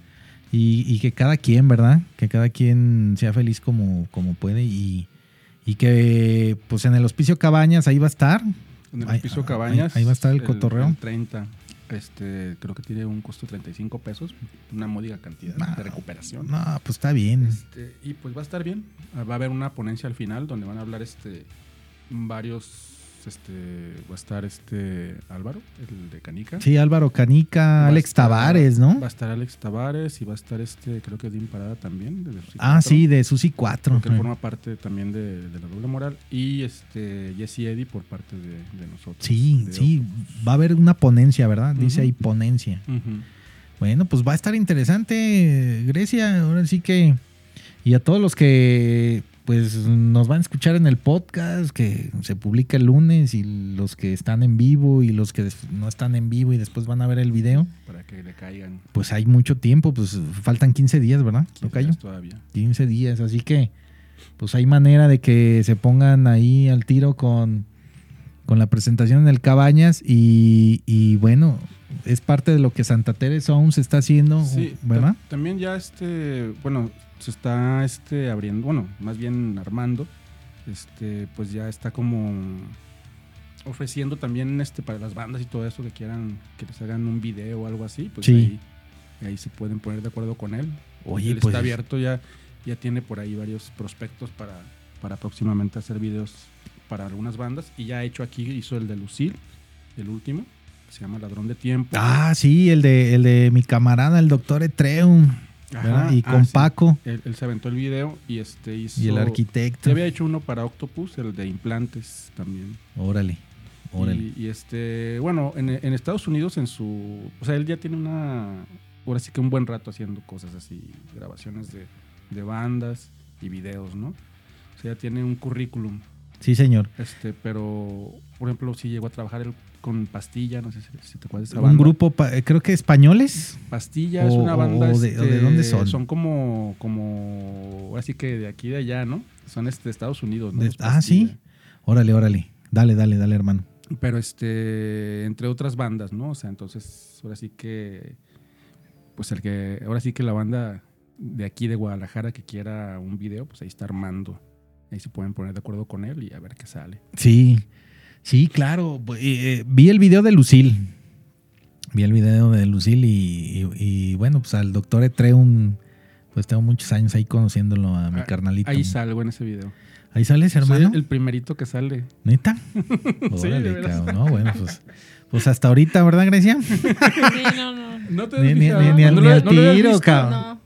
Speaker 4: y, y que cada quien, ¿verdad? Que cada quien sea feliz como, como puede y, y que pues en el hospicio Cabañas ahí va a estar.
Speaker 5: En el
Speaker 4: Ahí-
Speaker 5: piso
Speaker 4: ahí-
Speaker 5: Cabañas.
Speaker 4: ahí va a estar el cotorreo.
Speaker 5: 30. Este, creo que tiene un costo de 35 pesos, una módica cantidad
Speaker 4: No.
Speaker 5: de recuperación.
Speaker 4: No, pues está bien.
Speaker 5: Este, y pues va a estar bien. Ah, Va a haber una ponencia al final donde van a hablar este varios este va a estar este Álvaro, el de Canica.
Speaker 4: Sí, Álvaro Canica,
Speaker 5: Va a
Speaker 4: Alex
Speaker 5: estar-
Speaker 4: Tavares,
Speaker 5: Va
Speaker 4: ¿no?
Speaker 5: a estar Alex Tavares y va a estar este, creo que Dim Parada también. de los
Speaker 4: Ah,
Speaker 5: psiquiatras,
Speaker 4: sí, de Susi 4.
Speaker 5: Que él forma parte también de, de la doble moral. Y este Jesse Eddy por parte de, de nosotros.
Speaker 4: Sí,
Speaker 5: de
Speaker 4: sí, va a haber una ponencia, ¿verdad? Dice
Speaker 5: Ujú.
Speaker 4: ahí ponencia.
Speaker 5: Ujú.
Speaker 4: Bueno, pues va a estar interesante, Grecia. Ahora sí que. Y a todos los que pues nos van a escuchar en el podcast, que se publica el lunes, y los que están en vivo y los que des- no están en vivo y después van a ver el video,
Speaker 5: Para que le caigan.
Speaker 4: pues hay mucho tiempo, pues faltan 15 días, ¿verdad? Tocayo?
Speaker 5: Todavía.
Speaker 4: 15 días, así que pues hay manera de que se pongan ahí al tiro con, con la presentación en el Cabañas y, y bueno, es parte de lo que Santa Teresa aún se está haciendo,
Speaker 5: Sí,
Speaker 4: ¿verdad?
Speaker 5: ta- también ya este, bueno, se está este abriendo, bueno, más bien armando, este, pues ya está como ofreciendo también este para las bandas y todo eso que quieran que les hagan un video o algo así, pues
Speaker 4: Sí.
Speaker 5: ahí, ahí se pueden poner de acuerdo con él.
Speaker 4: Oye,
Speaker 5: él
Speaker 4: pues
Speaker 5: está abierto ya, ya tiene por ahí varios prospectos para para próximamente hacer videos para algunas bandas y ya ha hecho aquí hizo el de Lucil, el último, que se llama Ladrón de Tiempo.
Speaker 4: Ah, sí, el de, el de mi camarada, el doctor Etreum, ¿verdad?
Speaker 5: Ajá,
Speaker 4: y
Speaker 5: ah,
Speaker 4: con
Speaker 5: sí.
Speaker 4: Paco
Speaker 5: Él, él se aventó el video y este hizo.
Speaker 4: y el
Speaker 5: Ya
Speaker 4: arquitecto.
Speaker 5: había hecho uno para Octopus, el de implantes también.
Speaker 4: Órale, órale.
Speaker 5: Y, y, este, bueno, en, en Estados Unidos, en su. O sea, él ya tiene una. Ahora sí que un buen rato haciendo cosas así, grabaciones de, de bandas y videos, ¿no? O sea, ya tiene un currículum.
Speaker 4: Sí, señor.
Speaker 5: Este, pero, por ejemplo, si llegó a trabajar él con Pastilla, no sé si, si te acuerdas de esa
Speaker 4: Un
Speaker 5: banda.
Speaker 4: grupo, pa- eh, creo que españoles.
Speaker 5: Pastilla es
Speaker 4: O-
Speaker 5: una banda. este,
Speaker 4: o de- o de dónde son?
Speaker 5: Son como, como. Así que de aquí y de allá, ¿no? Son este, de Estados Unidos, ¿no?
Speaker 4: De-
Speaker 5: Los
Speaker 4: ah, sí. Órale, órale. Dale, dale, dale, hermano.
Speaker 5: Pastilla. Pero este. Entre otras bandas, ¿no? O sea, entonces. Ahora sí que. Pues el que. Ahora sí que la banda de aquí de Guadalajara que quiera un video, pues ahí está armando. Ahí se pueden poner de acuerdo con él y a ver qué sale.
Speaker 4: Sí, sí, claro. Bu- eh, eh, vi el video de Lucil. Vi el video de Lucille y, y- y, bueno, pues al doctor Etreum, pues tengo muchos años ahí conociéndolo a mi
Speaker 5: Ah,
Speaker 4: carnalito.
Speaker 5: Ahí salgo en ese video.
Speaker 4: Ahí sale ese
Speaker 5: Soy
Speaker 4: hermano.
Speaker 5: el primerito que sale.
Speaker 4: ¿Neta?
Speaker 5: Sí, de
Speaker 4: Órale,
Speaker 5: veras.
Speaker 4: cabrón. No, bueno, pues, pues hasta ahorita, ¿verdad, Grecia?
Speaker 6: Sí, no, no.
Speaker 5: No te
Speaker 4: Ni,
Speaker 5: has
Speaker 4: ni-
Speaker 5: fijado?
Speaker 4: ni- ni al-
Speaker 5: No
Speaker 4: ni
Speaker 5: lo-
Speaker 4: al
Speaker 5: no lo habías
Speaker 4: tiro,
Speaker 5: visto.
Speaker 4: cabrón.
Speaker 6: No,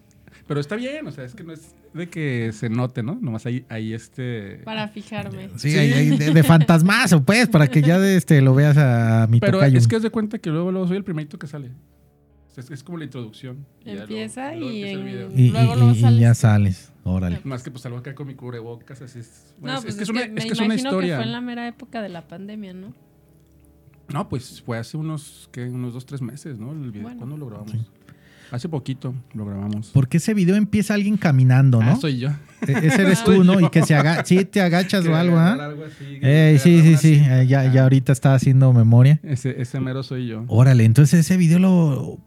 Speaker 5: Pero está bien, o sea, es que no es de que se note, ¿no? Nomás ahí, ahí este.
Speaker 6: para fijarme.
Speaker 4: Sí, ahí- ahí de, de fantasmazo, pues, para que ya de este, lo veas a mi
Speaker 5: Pero
Speaker 4: tocayo.
Speaker 5: es que es de cuenta que luego, luego soy el primerito que sale. O sea, Es, es como la introducción. Y ya luego-
Speaker 6: Empieza
Speaker 5: luego
Speaker 6: y
Speaker 5: empieza el
Speaker 6: en-
Speaker 5: video.
Speaker 4: y, y-
Speaker 6: luego, luego
Speaker 4: y- y ya sales. Órale.
Speaker 5: Más que pues salgo acá con mi cubrebocas, así es. bueno,
Speaker 6: no,
Speaker 5: es-
Speaker 6: pues
Speaker 5: es, que es una,
Speaker 6: me
Speaker 5: es que es una
Speaker 6: imagino
Speaker 5: historia.
Speaker 6: que fue en la mera época de la pandemia, ¿no?
Speaker 5: No, pues fue hace unos, ¿qué? Unos dos, tres meses, ¿no? El video.
Speaker 6: Bueno.
Speaker 5: ¿Cuándo lo grabamos? Hace poquito lo grabamos.
Speaker 4: Porque ese video empieza alguien caminando,
Speaker 5: Ah,
Speaker 4: Pues, ¿no?
Speaker 5: soy yo.
Speaker 4: E- Ese eres tú, ¿no? Y que se aga sí, te agachas o algo, ¿ah?
Speaker 5: así,
Speaker 4: Ey, sí, sí, sí. eh, ya, ya ahorita está haciendo memoria.
Speaker 5: Ese, ese mero soy yo.
Speaker 4: Órale, entonces ese video lo.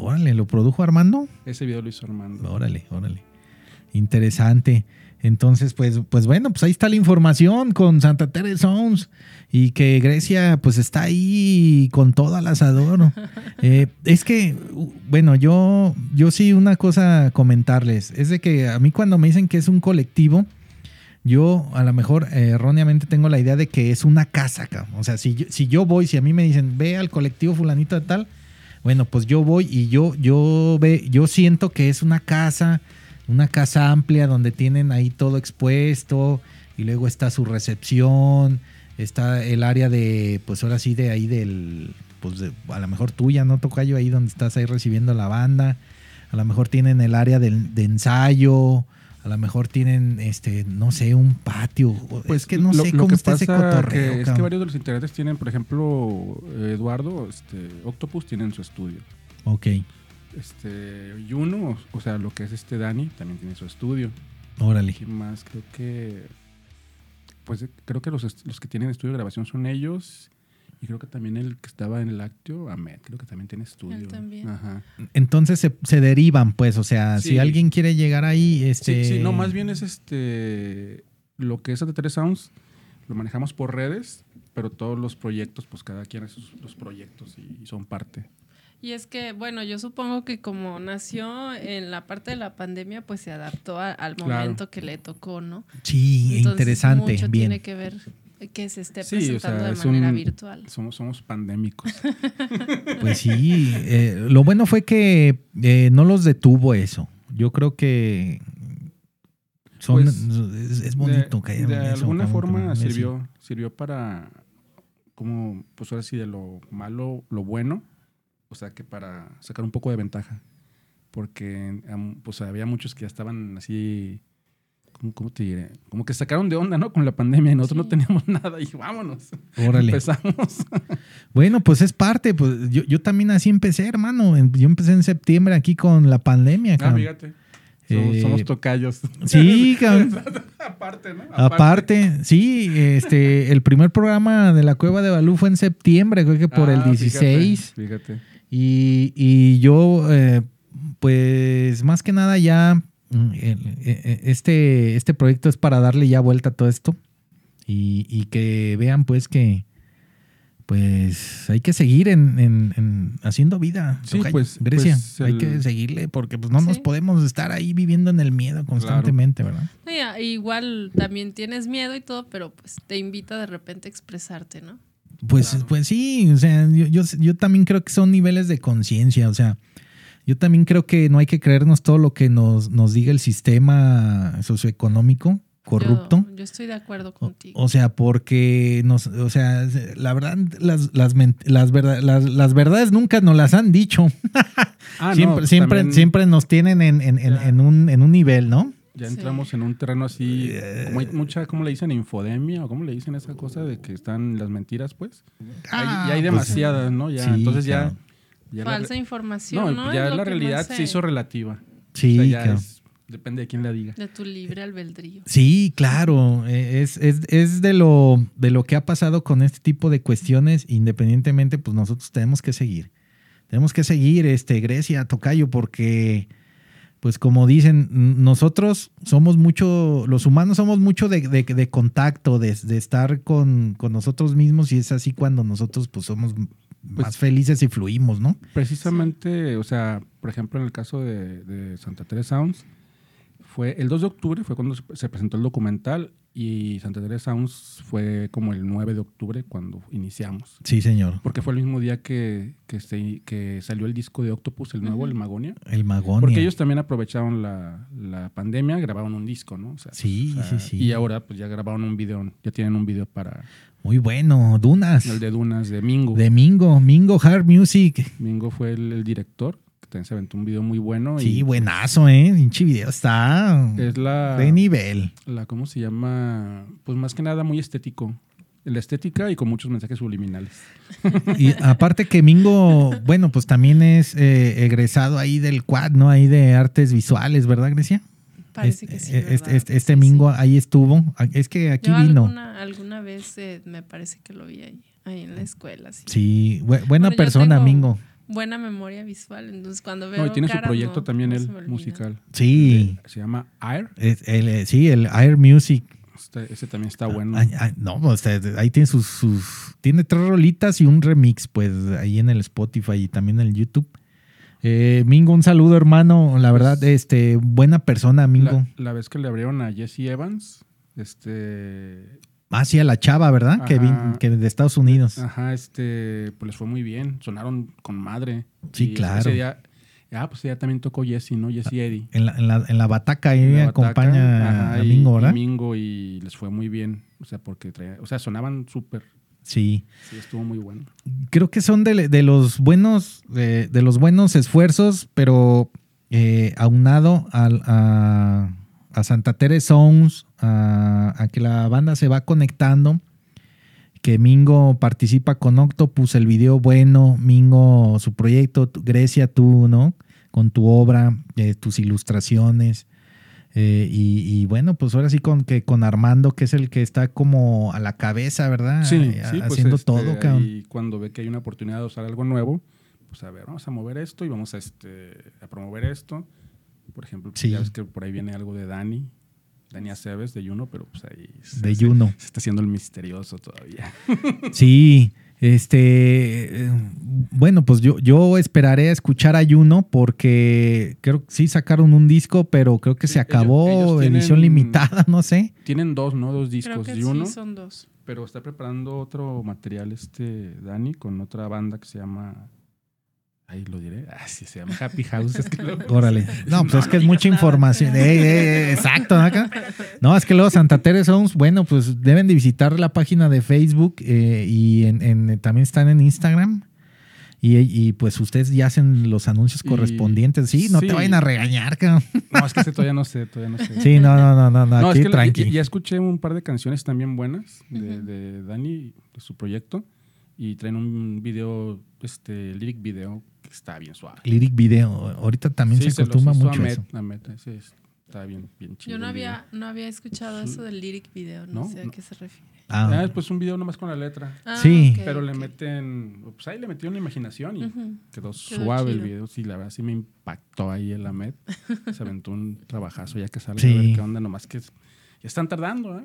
Speaker 4: Órale, ¿lo produjo Armando?
Speaker 5: Ese video lo hizo Armando.
Speaker 4: Órale, órale. Interesante. Entonces, pues, pues bueno, pues ahí está la información con Santa Teresa Sons y que Grecia pues está ahí con todo al asador. Eh, es que, u- bueno, yo, yo sí una cosa comentarles, es de que a mí cuando me dicen que es un colectivo, yo a lo mejor eh, erróneamente tengo la idea de que es una casa, cabrón. o sea, si yo, si yo voy, si a mí me dicen, ve al colectivo fulanito de tal, bueno, pues yo voy y yo, yo ve, yo siento que es una casa, una casa amplia donde tienen ahí todo expuesto y luego está su recepción, está el área de, pues ahora sí de ahí del, pues de- a lo mejor tuya, no tocayo ahí donde estás ahí recibiendo la banda, a lo mejor tienen el área del- de ensayo. A lo mejor tienen, este, no sé, un patio. Pues que no
Speaker 5: Lo-
Speaker 4: sé
Speaker 5: lo
Speaker 4: cómo
Speaker 5: que
Speaker 4: está ese
Speaker 5: pasa
Speaker 4: cotorreo.
Speaker 5: que es que
Speaker 4: cabrón.
Speaker 5: varios de los integrantes tienen, por ejemplo, eh, Eduardo, este, Octopus tienen su estudio.
Speaker 4: Ok,
Speaker 5: Este, Juno, o sea, lo que es este Dani, también tiene su estudio.
Speaker 4: órale.
Speaker 5: ¿Quién más? Creo que. Pues eh, creo que los, est- los que tienen estudio de grabación son ellos. Y creo que también el que estaba en el Lácteo, Ahmed, creo que también tiene estudio.
Speaker 6: también.
Speaker 5: Ajá.
Speaker 4: Entonces se, se derivan, pues, o sea, si
Speaker 5: Sí.
Speaker 4: alguien quiere llegar ahí, este...
Speaker 5: Sí, sí, no, más bien es este. Lo que es Santa Teresa Sounds lo manejamos por redes, pero todos los proyectos, pues cada quien hace sus, los proyectos y, y son parte.
Speaker 6: Y es que, bueno, yo supongo que como nació en la parte de la pandemia, pues se adaptó a- al
Speaker 5: Claro.
Speaker 6: momento que le tocó, ¿no?
Speaker 4: Sí,
Speaker 6: Entonces,
Speaker 4: interesante,
Speaker 6: mucho
Speaker 4: bien.
Speaker 6: tiene que ver que se esté
Speaker 5: Sí, o
Speaker 6: presentando
Speaker 5: sea,
Speaker 6: de
Speaker 5: es un-
Speaker 6: manera virtual.
Speaker 5: Somos, somos pandémicos.
Speaker 4: Pues sí, eh, lo bueno fue que eh, no los detuvo eso. Yo creo que son,
Speaker 5: Pues,
Speaker 4: es, es bonito.
Speaker 5: De,
Speaker 4: que
Speaker 5: de
Speaker 4: hagan eso,
Speaker 5: alguna
Speaker 4: cabrón, que
Speaker 5: forma
Speaker 4: mames, sí.
Speaker 5: sirvió, sirvió para, como, pues ahora sí, de lo malo, lo bueno, o sea, que para sacar un poco de ventaja. Porque am, pues, había muchos que ya estaban así, ¿cómo, cómo te diré? Como que sacaron de onda, ¿no? Con la pandemia y
Speaker 6: Sí.
Speaker 5: nosotros no teníamos nada y vámonos.
Speaker 4: Órale.
Speaker 5: Empezamos.
Speaker 4: Bueno, pues es parte. Pues, yo, yo también así empecé, hermano. En- Yo empecé en septiembre aquí con la pandemia.
Speaker 5: Ah,
Speaker 4: cabrón.
Speaker 5: fíjate. Somos,
Speaker 4: Eh,
Speaker 5: somos tocayos.
Speaker 4: Sí, cabrón.
Speaker 5: Aparte, ¿no?
Speaker 4: Aparte, sí, este, el primer programa de la Cueva de Balú fue en septiembre, creo que por el
Speaker 5: Ah, fíjate,
Speaker 4: 16.
Speaker 5: Fíjate.
Speaker 4: Y, y yo, eh, pues más que nada ya, mm, el- e- e- este, este proyecto es para darle ya vuelta a todo esto y, y que vean pues que, pues hay que seguir en, en- en haciendo vida.
Speaker 5: Sí,
Speaker 4: Tocayo.
Speaker 5: pues-
Speaker 4: Grecia,
Speaker 5: pues,
Speaker 4: hay
Speaker 5: el-
Speaker 4: que seguirle porque pues no nos
Speaker 6: Sí.
Speaker 4: podemos estar ahí viviendo en el miedo constantemente, ¿verdad?
Speaker 6: Sí, a- ah, igual también tienes miedo y todo, pero pues te invita de repente a expresarte, ¿no?
Speaker 4: Pues, pues sí, o sea, yo, yo, yo también creo que son niveles de conciencia, o sea, yo también creo que no hay que creernos todo lo que nos, nos diga el sistema socioeconómico corrupto.
Speaker 6: Yo, yo estoy de acuerdo
Speaker 4: O,
Speaker 6: contigo.
Speaker 4: o sea, porque nos, o sea, la verdad, las, las, men- las, verda- las, las verdades nunca nos las han dicho.
Speaker 5: Ah, no,
Speaker 4: siempre, siempre,
Speaker 5: también-
Speaker 4: siempre nos tienen en, en- en-
Speaker 5: Ya.
Speaker 4: en un, en un nivel, ¿no?
Speaker 5: Ya
Speaker 6: Sí.
Speaker 5: entramos en un terreno así, como hay mucha, ¿cómo le dicen? Infodemia, o cómo le dicen esa cosa de que están las mentiras, pues. Hay- ya hay
Speaker 4: pues,
Speaker 5: demasiadas, ¿no? Ya,
Speaker 4: sí,
Speaker 5: entonces ya...
Speaker 4: claro.
Speaker 5: ya la
Speaker 6: Ah, Falsa
Speaker 5: re-
Speaker 6: información,
Speaker 5: no,
Speaker 6: ¿no? Es
Speaker 5: ya
Speaker 6: lo
Speaker 5: la
Speaker 6: que
Speaker 5: realidad
Speaker 6: más
Speaker 5: se hizo relativa.
Speaker 4: Sí,
Speaker 5: O sea, ya
Speaker 4: claro.
Speaker 5: es- depende de quién la diga.
Speaker 6: De tu libre albedrío.
Speaker 4: Sí, claro, eh, es, es- es de, lo, de lo que ha pasado con este tipo de cuestiones, independientemente, pues nosotros tenemos que seguir. Tenemos que seguir, este, Grecia, Tocayo, porque, pues como dicen, n- nosotros somos mucho, los humanos somos mucho de, de- de contacto, de, de estar con, con nosotros mismos y es así cuando nosotros, pues somos
Speaker 5: Pues-
Speaker 4: más felices y fluimos, ¿no?
Speaker 5: Precisamente, o sea, por ejemplo, en el caso de, de Santa Teresa Sounds, fue el 2 de octubre fue cuando se- se presentó el documental y Santa Teresa Sounds fue como el 9 de octubre cuando iniciamos.
Speaker 4: Sí, señor.
Speaker 5: Porque fue el mismo día que, que, se- que salió el disco de Octopus, el nuevo, el Magonia.
Speaker 4: El magón.
Speaker 5: Porque ellos también aprovecharon la, la pandemia, grabaron un disco, ¿no? O sea,
Speaker 4: Sí,
Speaker 5: o sea,
Speaker 4: sí, sí.
Speaker 5: Y ahora pues ya grabaron un video, ya tienen un video para
Speaker 4: Muy bueno, Dunas.
Speaker 5: el de Dunas de Mingo.
Speaker 4: De Mingo, Mingo Hard Music.
Speaker 5: Mingo fue el, el director, que también se aventó un video muy bueno. y
Speaker 4: Sí, buenazo, ¿eh? Pinche video está
Speaker 5: Es la,
Speaker 4: de nivel.
Speaker 5: la, ¿cómo se llama? Pues más que nada muy estético. La estética y con muchos mensajes subliminales.
Speaker 4: Y aparte que Mingo, bueno, pues también es eh, egresado ahí del quad, ¿no? Ahí de artes visuales, ¿verdad, Grecia?
Speaker 6: Parece
Speaker 4: Es-
Speaker 6: que sí.
Speaker 4: eh,
Speaker 6: ¿verdad?
Speaker 4: Este, este- este
Speaker 6: Sí, sí.
Speaker 4: Mingo ahí estuvo. Ah, Es que aquí
Speaker 6: Yo
Speaker 4: vino.
Speaker 6: Alguna, alguna vez eh, me parece que lo vi ahí, ahí en la escuela. Sí.
Speaker 4: Sí, bu- buena
Speaker 6: Bueno, yo
Speaker 4: persona,
Speaker 6: tengo
Speaker 4: Mingo.
Speaker 6: Buena memoria visual. Entonces, cuando veo.
Speaker 5: No, y tiene su
Speaker 6: caras,
Speaker 5: proyecto
Speaker 6: no-
Speaker 5: también
Speaker 6: no
Speaker 5: él,
Speaker 6: se me olvida.
Speaker 5: musical.
Speaker 4: Sí,
Speaker 5: Se llama Air.
Speaker 4: es- el, eh, sí, el Air Music.
Speaker 5: Este- ese también está bueno.
Speaker 4: Ah, Ay, ay, no, o sea, ahí tiene sus, sus- Tiene tres rolitas y un remix, pues, ahí en el Spotify y también en el YouTube. Eh, Mingo, un saludo, hermano. La verdad, este, buena persona, Mingo.
Speaker 5: Pues, La, la vez que le abrieron a Jesse Evans, este.
Speaker 4: Ah, sí, a la chava, ¿verdad? Que, vin-
Speaker 5: Ajá. Ah.
Speaker 4: que de Estados Unidos.
Speaker 5: Ajá, este. Pues les fue muy bien. Sonaron con madre.
Speaker 4: Sí,
Speaker 5: Y
Speaker 4: claro.
Speaker 5: Ese día, ah, pues ella también tocó Jesse, ¿no? Jesse Eddy.
Speaker 4: En, la, en, la, en la bataca ahí
Speaker 5: La bataca,
Speaker 4: acompaña
Speaker 5: ajá,
Speaker 4: a
Speaker 5: y-
Speaker 4: Mingo,
Speaker 5: y
Speaker 4: ¿verdad?
Speaker 5: Mingo y les fue muy bien. O sea, porque traía- o sea, sonaban súper.
Speaker 4: Sí.
Speaker 5: Sí, estuvo muy bueno.
Speaker 4: creo que son de, de los buenos eh, de los buenos esfuerzos, pero eh, aunado al- a, a Santa Teresa Sounds, a, a que la banda se va conectando, que Mingo participa con Octopus, el video bueno, Mingo su proyecto, tú- Grecia tú, ¿no? Con tu obra, eh, tus ilustraciones. eh, y, y bueno, pues ahora sí con que con Armando, que es el que está como a la cabeza, ¿verdad? Eh,
Speaker 5: pues,
Speaker 4: haciendo
Speaker 5: este,
Speaker 4: todo, cabrón.
Speaker 5: ahí cuando ve que hay una oportunidad de usar algo nuevo, pues a ver, vamos a mover esto y vamos a, este, a promover esto. Por ejemplo, pues,
Speaker 4: Sí.
Speaker 5: ya ves que por ahí viene algo de Dani, Dani Aceves de Juno, pero pues ahí se,
Speaker 4: de
Speaker 5: se-
Speaker 4: Juno.
Speaker 5: se está haciendo el misterioso todavía.
Speaker 4: Sí, este, eh, bueno, pues yo, yo esperaré a escuchar a Juno porque creo que sí sacaron un disco, pero creo que
Speaker 5: Sí,
Speaker 4: se
Speaker 5: ellos-
Speaker 4: acabó,
Speaker 5: ellos
Speaker 4: edición
Speaker 5: tienen-
Speaker 4: limitada, no sé.
Speaker 5: Tienen dos, ¿no? Dos
Speaker 6: Creo
Speaker 5: discos
Speaker 6: que
Speaker 5: de Juno,
Speaker 6: sí, son dos.
Speaker 5: pero está preparando otro material este Dani con otra banda que se llama... Ahí lo diré. Ah, sí, se llama Happy House. es que luego-
Speaker 4: Órale. No, pues
Speaker 5: No,
Speaker 4: es que
Speaker 5: no
Speaker 4: es mucha información. Ey, ey, ey, exacto. ¿no? Acá. No, es que luego Santa Teresa Sounds, bueno, pues deben de visitar la página de Facebook eh, y en- en- también están en Instagram. Y, y, pues ustedes ya hacen los anuncios
Speaker 5: Y-
Speaker 4: correspondientes. Sí, no te
Speaker 5: sí.
Speaker 4: vayan a regañar, cabrón.
Speaker 5: No, es que ese todavía no sé, todavía no sé.
Speaker 4: Sí, no, no, no, no, no,
Speaker 5: No,
Speaker 4: aquí
Speaker 5: es que la-
Speaker 4: tranqui.
Speaker 5: ya, ya escuché un par de canciones también buenas de,
Speaker 6: Ujú.
Speaker 5: de Dani, de su proyecto, y traen un video, este, lyric video, que está bien suave.
Speaker 4: Lyric Video. Ahorita también
Speaker 5: Sí,
Speaker 4: se
Speaker 5: los
Speaker 4: acostuma
Speaker 5: hizo a
Speaker 4: mucho
Speaker 5: Met-
Speaker 4: eso.
Speaker 5: a Met, ese es- está bien, bien chido.
Speaker 6: Yo no
Speaker 5: el
Speaker 6: había,
Speaker 5: video.
Speaker 6: no había escuchado
Speaker 5: Sí.
Speaker 6: eso del lyric video, no,
Speaker 5: No,
Speaker 6: sé a
Speaker 5: no.
Speaker 6: qué se refiere.
Speaker 5: Ah,
Speaker 4: Ah,
Speaker 5: es, pues un video nomás con la letra.
Speaker 6: Ah,
Speaker 4: Sí.
Speaker 6: ok,
Speaker 5: Pero le
Speaker 6: ok.
Speaker 5: meten, pues ahí le metieron la imaginación y
Speaker 6: Ujú.
Speaker 5: quedó, suave el
Speaker 6: chido.
Speaker 5: video. Sí, la verdad sí me impactó ahí el Amet. Se aventó un trabajazo ya que sale
Speaker 4: Sí.
Speaker 5: a ver qué onda, nomás que es- ya están tardando, ¿eh?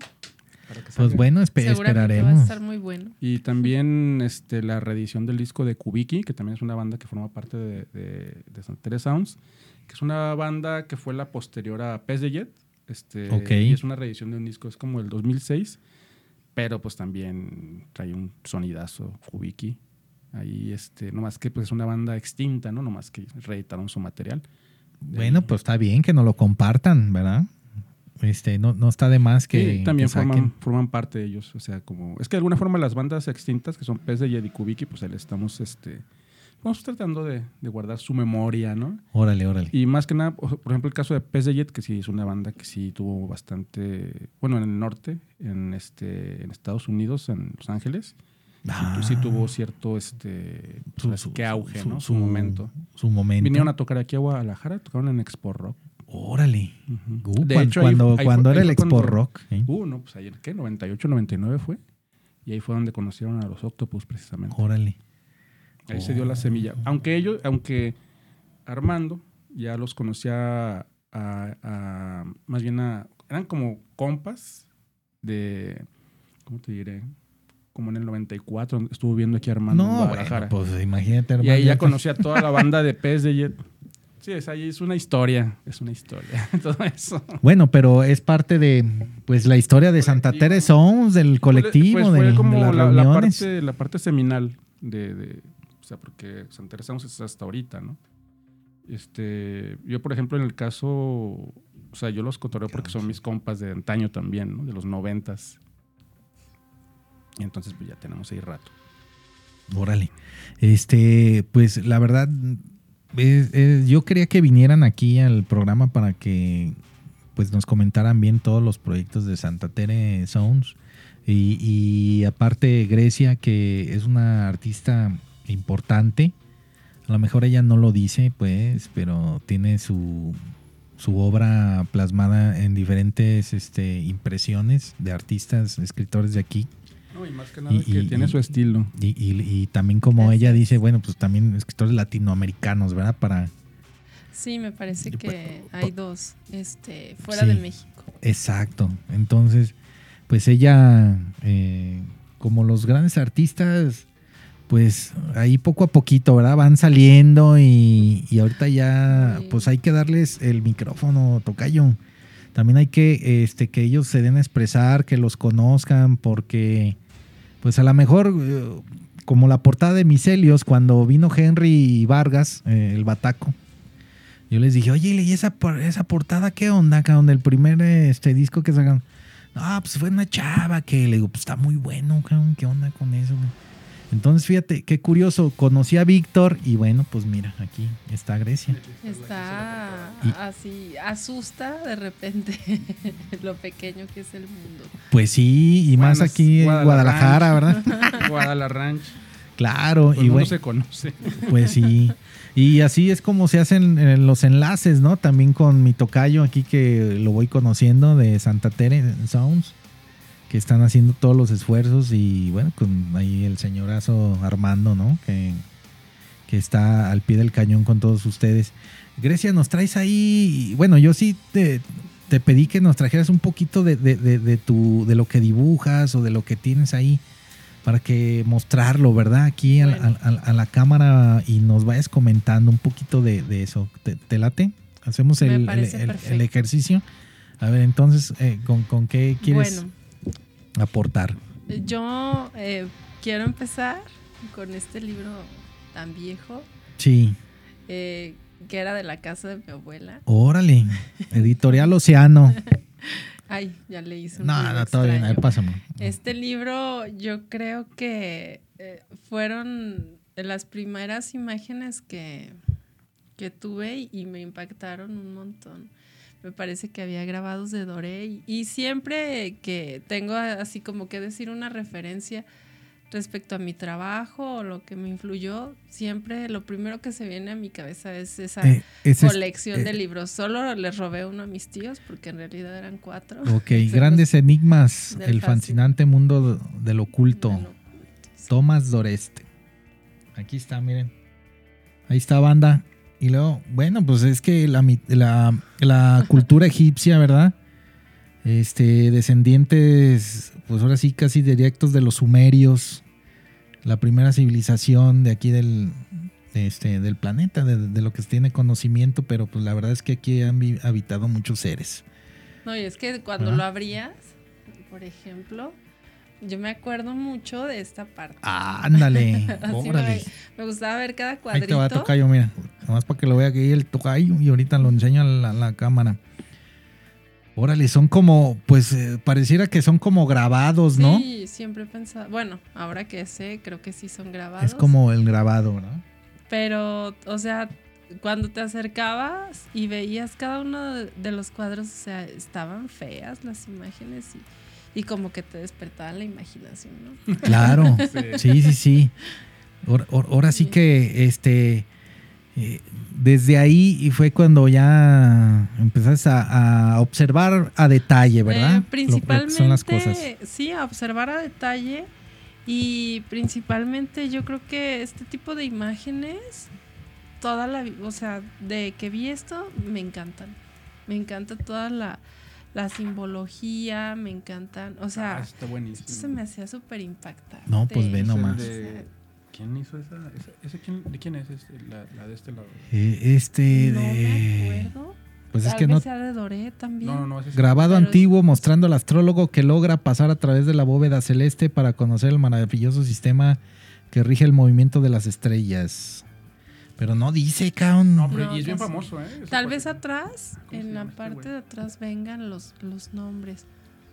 Speaker 5: Para que
Speaker 4: pues
Speaker 5: salga.
Speaker 4: bueno, espe-
Speaker 6: Seguramente va a
Speaker 4: esperaremos.
Speaker 6: estar muy bueno.
Speaker 5: Y también este, la reedición del disco de Kubiki, que también es una banda que forma parte de, de, de Santa Teresa Sounds, que es una banda que fue la posterior a Pez de Jet. Este,
Speaker 4: Ok.
Speaker 5: Y es una reedición de un disco, es como el 2006, pero pues también trae un sonidazo Kubiki. Ahí, este, nomás que pues es una banda extinta, ¿no? Nomás que reeditaron su material.
Speaker 4: Bueno, pues está bien que nos lo compartan, ¿verdad? Este, no, no está de más que,
Speaker 5: Que también
Speaker 4: que saquen.
Speaker 5: forman, forman parte de ellos. O sea, como. Es que de alguna forma las bandas extintas que son Pez de Jedi Kubiki, pues ahí le estamos este. Vamos tratando de, de guardar su memoria, ¿no?
Speaker 4: Órale, órale.
Speaker 5: Y más que nada, o sea, por ejemplo, el caso de Pez de Jet, que sí es una banda que sí tuvo bastante. Bueno, en el norte, en este en Estados Unidos, en Los Ángeles, sí
Speaker 4: Ah,
Speaker 5: tu- sí, tuvo cierto este.
Speaker 4: su-
Speaker 5: pues,
Speaker 4: su-
Speaker 5: que auge,
Speaker 4: su-
Speaker 5: ¿no? Su,
Speaker 4: su-
Speaker 5: momento.
Speaker 4: Su momento.
Speaker 5: Vinieron a tocar aquí a Guadalajara, tocaron en Expo Rock.
Speaker 4: Órale.
Speaker 5: Ujú.
Speaker 4: Uh,
Speaker 5: De
Speaker 4: cuan-
Speaker 5: hecho, ahí-
Speaker 4: cuando
Speaker 5: ahí
Speaker 4: cuando
Speaker 5: fue-
Speaker 4: era
Speaker 5: ahí
Speaker 4: el
Speaker 5: fue
Speaker 4: Expo
Speaker 5: cuando-
Speaker 4: Rock. ¿eh?
Speaker 5: Uh, no, pues ayer, ¿qué? 98, 99 fue. Y ahí fue donde conocieron a los Octopus, precisamente.
Speaker 4: Órale.
Speaker 5: Ahí se dio la semilla. Aunque ellos, aunque Armando ya los conocía a, a- más bien a, eran como compas de, ¿cómo te diré? como en el 94, estuvo viendo aquí a Armando en
Speaker 4: no,
Speaker 5: Guadalajara.
Speaker 4: bueno, pues imagínate,
Speaker 5: y ahí ya
Speaker 4: Armando,
Speaker 5: conocí a toda la banda de Pez de Jet. Sí, es ahí es una historia, es una historia, todo eso.
Speaker 4: Bueno, pero es parte de pues la historia de Santa
Speaker 5: Colectivo.
Speaker 4: Teresa Sons, del colectivo,
Speaker 5: Pues
Speaker 4: del-
Speaker 5: fue
Speaker 4: de,
Speaker 5: como
Speaker 4: las
Speaker 5: la, la
Speaker 4: reuniones.
Speaker 5: parte, la parte seminal de, de- o sea, porque San Teresa Downs es hasta ahorita, ¿no? Este, yo por ejemplo en el caso, o sea, yo los cotorreo porque son mis compas de antaño también, ¿no? De los noventas. Y entonces pues ya tenemos ahí rato.
Speaker 4: Órale. Este, pues la verdad, es- es- yo quería que vinieran aquí al programa para que pues nos comentaran bien todos los proyectos de Santa Tere Sounds. Y, y aparte Grecia, que es una artista importante. A lo mejor ella no lo dice, pues, pero tiene su, su obra plasmada en diferentes este, impresiones de artistas, escritores de aquí.
Speaker 5: No, y más que
Speaker 4: nada
Speaker 5: nada
Speaker 4: Y- que
Speaker 5: que
Speaker 4: y- tiene
Speaker 5: tiene
Speaker 4: y- su
Speaker 5: su estilo.
Speaker 4: Y, y- y también como
Speaker 6: Así
Speaker 4: ella dice, bueno, pues también escritores latinoamericanos, ¿verdad? Para...
Speaker 6: Sí, me parece
Speaker 4: Yo,
Speaker 6: que
Speaker 4: pa-
Speaker 6: hay dos este, fuera de
Speaker 4: Sí.
Speaker 6: México.
Speaker 4: Exacto. Entonces, pues ella, eh, como los grandes artistas, pues ahí poco a poquito, ¿verdad? Van saliendo y, y ahorita ya,
Speaker 6: Sí.
Speaker 4: pues hay que darles el micrófono, tocayo. También hay que este, que ellos se den a expresar, que los conozcan, porque pues a lo mejor, eh, como la portada de Miselios, cuando vino Henry Vargas, eh, el bataco, yo les dije, oye, ¿y esa, por- esa portada qué onda, cabrón? Del primer eh, este, disco que sacaron. No, pues fue una chava que le digo, pues está muy bueno, cabrón, ¿qué onda con eso? güey?". Entonces, fíjate, qué curioso, conocí a Víctor y bueno, pues mira, aquí está Grecia.
Speaker 6: Está
Speaker 4: Y-
Speaker 6: así, asusta de repente lo pequeño que es el mundo.
Speaker 4: Pues sí, y más
Speaker 5: Bueno, es
Speaker 4: aquí en Guadalajara,
Speaker 5: Guadalajara.
Speaker 4: ¿verdad?
Speaker 5: Guadalajara Ranch.
Speaker 4: Claro,
Speaker 5: Todo
Speaker 4: y
Speaker 5: el mundo
Speaker 4: bueno,
Speaker 5: se conoce.
Speaker 4: pues sí. Y así es como se hacen eh, los enlaces, ¿no? También con mi tocayo aquí que lo voy conociendo de Santa Tere Sounds, que están haciendo todos los esfuerzos y bueno, con ahí el señorazo Armando, ¿no? Que, que está al pie del cañón con todos ustedes. Grecia, nos traes ahí, bueno, yo sí te, te pedí que nos trajeras un poquito de, de- de- de tu, de lo que dibujas o de lo que tienes ahí para que mostrarlo, ¿verdad? Aquí al-
Speaker 6: Bueno.
Speaker 4: al- al- a la cámara y nos vayas comentando un poquito de, de eso. ¿Te, te late? Hacemos
Speaker 6: Me
Speaker 4: el, el-
Speaker 6: parece
Speaker 4: el- el
Speaker 6: perfecto.
Speaker 4: ejercicio. A ver, entonces, eh, ¿con, con qué quieres
Speaker 6: Bueno,
Speaker 4: aportar?
Speaker 6: yo eh, quiero empezar con este libro tan viejo
Speaker 4: Sí,
Speaker 6: eh, que era de la casa de mi abuela.
Speaker 4: órale. Editorial Océano.
Speaker 6: Ay, ya le hice un
Speaker 4: no,
Speaker 6: ruido
Speaker 4: no, todo bien. A ver,
Speaker 6: extraño.
Speaker 4: pásame.
Speaker 6: Este libro yo creo que eh, fueron de las primeras imágenes que, que tuve y, y me impactaron un montón. Me parece que había grabados de Doré y, y siempre que tengo a- así como que decir una referencia respecto a mi trabajo o lo que me influyó, siempre lo primero que se viene a mi cabeza es esa
Speaker 4: Eh, ese es-
Speaker 6: colección
Speaker 4: eh,
Speaker 6: de libros. Solo les robé uno a mis tíos porque en realidad eran cuatro.
Speaker 4: Ok,
Speaker 6: Se los-
Speaker 4: grandes enigmas,
Speaker 6: del
Speaker 4: el
Speaker 6: fascin-
Speaker 4: fascinante mundo del oculto.
Speaker 6: Bueno,
Speaker 4: Tomás Doreste. Aquí está, miren. Ahí está banda. Y luego, bueno, pues es que la, mi- la- la cultura egipcia, ¿verdad? Este, descendientes, pues ahora sí, casi directos de los sumerios. La primera civilización de aquí del, de este, del planeta, de, de lo que se tiene conocimiento, pero pues la verdad es que aquí han vi- habitado muchos seres.
Speaker 6: No, y es que cuando
Speaker 4: Ajá.
Speaker 6: lo abrías, por ejemplo, yo me acuerdo mucho de esta parte.
Speaker 4: Ándale,
Speaker 6: Así lo
Speaker 4: órale.
Speaker 6: ve- Me gustaba ver cada
Speaker 4: Ahí te va a
Speaker 6: cuadrito.
Speaker 4: tocayo, mira. Nomás para que lo vea aquí el tocayo y ahorita lo enseño a la, la cámara. Órale, son como, pues eh, pareciera que son como grabados, ¿no?
Speaker 6: Sí, siempre he pensado. Bueno, ahora que sé, creo que sí son grabados.
Speaker 4: Es como el grabado, ¿no?
Speaker 6: Pero, o sea, cuando te acercabas y veías cada uno de- de los cuadros, o sea, estaban feas las imágenes y, y como que te despertaban la imaginación, ¿no?
Speaker 4: Claro. Sí, sí, sí. Ahora- ahora- Ahora sí
Speaker 6: Sí.
Speaker 4: que, este, eh, desde ahí y fue cuando ya empezaste a, a observar a detalle, ¿verdad?
Speaker 6: Eh,
Speaker 4: Lo- lo que
Speaker 6: principalmente,
Speaker 4: son las cosas.
Speaker 6: sí, a observar a detalle y principalmente yo creo que este tipo de imágenes, toda la, vi- o sea, de que vi esto, me encantan. Me encanta toda la, la simbología, me encantan. O sea,
Speaker 5: Ah, está
Speaker 6: esto
Speaker 5: buenísimo.
Speaker 6: se me hacía súper impactante.
Speaker 4: No, pues ve
Speaker 5: Es el
Speaker 4: nomás.
Speaker 5: de- ¿Quién hizo esa? ¿Esa, esa quién, ¿De quién es? este? la, la de este lado.
Speaker 4: Eh, este
Speaker 6: No me
Speaker 4: de.
Speaker 6: acuerdo.
Speaker 4: Pues es
Speaker 6: Tal
Speaker 4: que
Speaker 6: vez
Speaker 4: no.
Speaker 6: sea de Doré también.
Speaker 5: No, no, no. ese es-
Speaker 4: Grabado
Speaker 6: Pero-
Speaker 4: antiguo mostrando al astrólogo que logra pasar a través de la bóveda celeste para conocer el maravilloso sistema que rige el movimiento de las estrellas. Pero no dice, cabrón.
Speaker 5: No, pero
Speaker 6: No,
Speaker 5: y es bien
Speaker 6: casi.
Speaker 5: famoso, ¿eh? Ese
Speaker 6: pues, Tal
Speaker 5: cuate.
Speaker 6: vez atrás,
Speaker 5: ¿Cómo se
Speaker 6: en la
Speaker 5: llama este
Speaker 6: parte
Speaker 5: güey?
Speaker 6: de atrás vengan los, los nombres.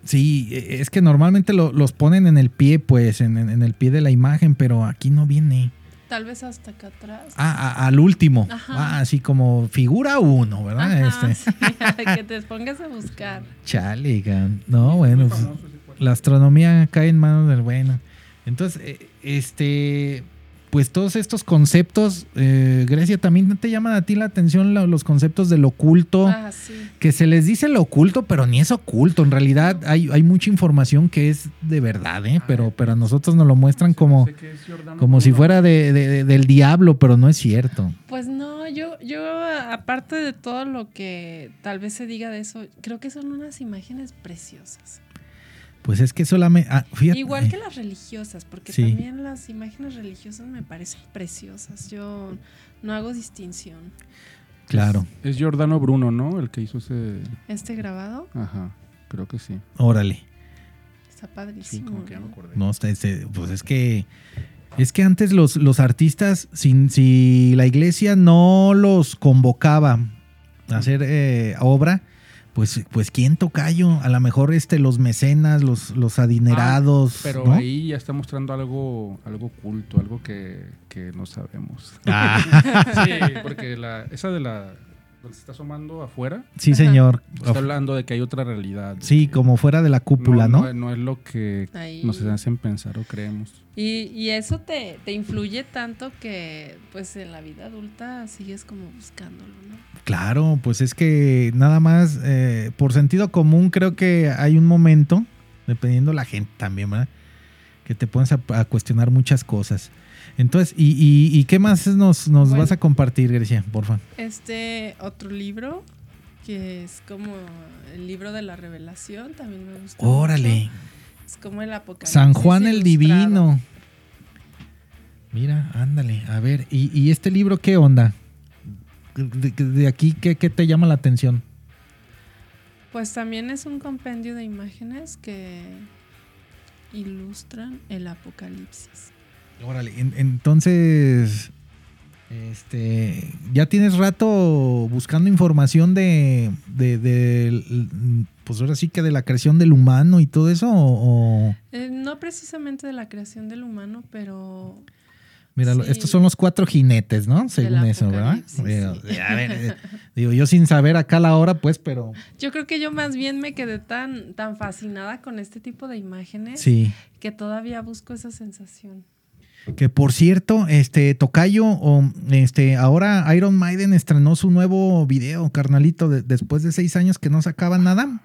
Speaker 4: Sí, eh, es que normalmente lo- los ponen en el pie, pues, en, en- en el pie de la imagen, pero aquí no viene.
Speaker 6: Tal vez hasta acá atrás.
Speaker 4: Ah, a- al último.
Speaker 6: Ajá.
Speaker 4: Ah, así como figura uno, ¿verdad?
Speaker 6: Ajá,
Speaker 4: Este.
Speaker 6: sí, que te pongas a buscar.
Speaker 4: Chale, cabrón. No,
Speaker 5: Es
Speaker 4: bueno.
Speaker 5: muy
Speaker 4: pues,
Speaker 5: famoso ese cuate.
Speaker 4: la astronomía cae en manos del bueno. Entonces, eh, este, pues todos estos conceptos, eh, Grecia, también ¿no te llaman a ti la atención lo- los conceptos del oculto,
Speaker 6: Ah, sí.
Speaker 4: que se les dice lo oculto, pero ni es oculto. En realidad hay, hay mucha información que es de verdad, ¿eh?
Speaker 6: Ah.
Speaker 4: pero, pero a nosotros nos lo muestran como,
Speaker 5: Sé que es Giordano
Speaker 4: como si
Speaker 5: Bruno.
Speaker 4: fuera de- de- de- del diablo, pero no es cierto.
Speaker 6: Pues no, yo, yo aparte de todo lo que tal vez se diga de eso, creo que son unas imágenes preciosas.
Speaker 4: Pues es que solamente... ah, fíjate,
Speaker 6: Igual que las religiosas, porque
Speaker 4: Sí.
Speaker 6: también las imágenes religiosas me parecen preciosas. Yo no hago distinción.
Speaker 4: Claro,
Speaker 5: Es Giordano Bruno, ¿no? El que hizo ese.
Speaker 6: Este grabado
Speaker 5: Ajá. Creo que sí.
Speaker 4: órale.
Speaker 6: está
Speaker 5: Sí,
Speaker 6: padrísimo.
Speaker 5: como que ya me
Speaker 6: ¿no?
Speaker 5: acordé.
Speaker 4: No, este- este, pues es que es que antes los, los artistas, sin, si la iglesia no los convocaba a hacer eh, obra, pues, pues quién tocayo, a lo mejor este, los mecenas, los, los adinerados.
Speaker 5: Ah, Pero
Speaker 4: ¿no?
Speaker 5: ahí ya está mostrando algo, algo oculto, algo que, que no sabemos.
Speaker 4: Ah,
Speaker 5: Sí, porque la, esa de la. Donde se está asomando afuera,
Speaker 4: sí, señor.
Speaker 5: está hablando de que hay otra realidad. de
Speaker 4: Sí,
Speaker 5: que
Speaker 4: como fuera de la cúpula, ¿no?
Speaker 5: No, es lo que
Speaker 6: Ahí.
Speaker 5: nos hacen pensar o creemos.
Speaker 6: Y, y eso te, te influye tanto que pues en la vida adulta sigues como buscándolo, ¿no?
Speaker 4: Claro, pues es que nada más, eh, por sentido común, creo que hay un momento, dependiendo la gente también, ¿verdad? Que te pones a, a cuestionar muchas cosas. Entonces, ¿y, y- y qué más nos, nos
Speaker 6: Bueno.
Speaker 4: vas a compartir, Grecia, por favor?
Speaker 6: Este otro libro, que es como el libro de la revelación, también me gusta. mucho.
Speaker 4: Órale,
Speaker 6: Es como el apocalipsis.
Speaker 4: San Juan el
Speaker 6: ilustrado.
Speaker 4: Divino. Mira, ándale, a ver, ¿y, y este libro qué onda? De, de- de aquí, ¿qué, qué te llama la atención?
Speaker 6: Pues también es un compendio de imágenes que ilustran el apocalipsis.
Speaker 4: Órale, en- entonces, este, ya tienes rato buscando información de, de, de- pues ahora sí que de la creación del humano y todo eso, o, o-
Speaker 6: Eh, no precisamente de la creación del humano, pero
Speaker 4: mira, lo-
Speaker 6: Sí.
Speaker 4: estos son los cuatro jinetes, ¿no? Según eso, ¿verdad?
Speaker 6: apocalipsis,
Speaker 4: Pero,
Speaker 6: sí.
Speaker 4: a ver, eh, digo, yo sin saber acá la hora, pues, pero
Speaker 6: yo creo que yo más bien me quedé tan, tan fascinada con este tipo de imágenes
Speaker 4: sí.
Speaker 6: que todavía busco esa sensación.
Speaker 4: Que por cierto, este Tocayo, o, este, ahora Iron Maiden estrenó su nuevo video, carnalito, de- después de seis años que no sacaba nada.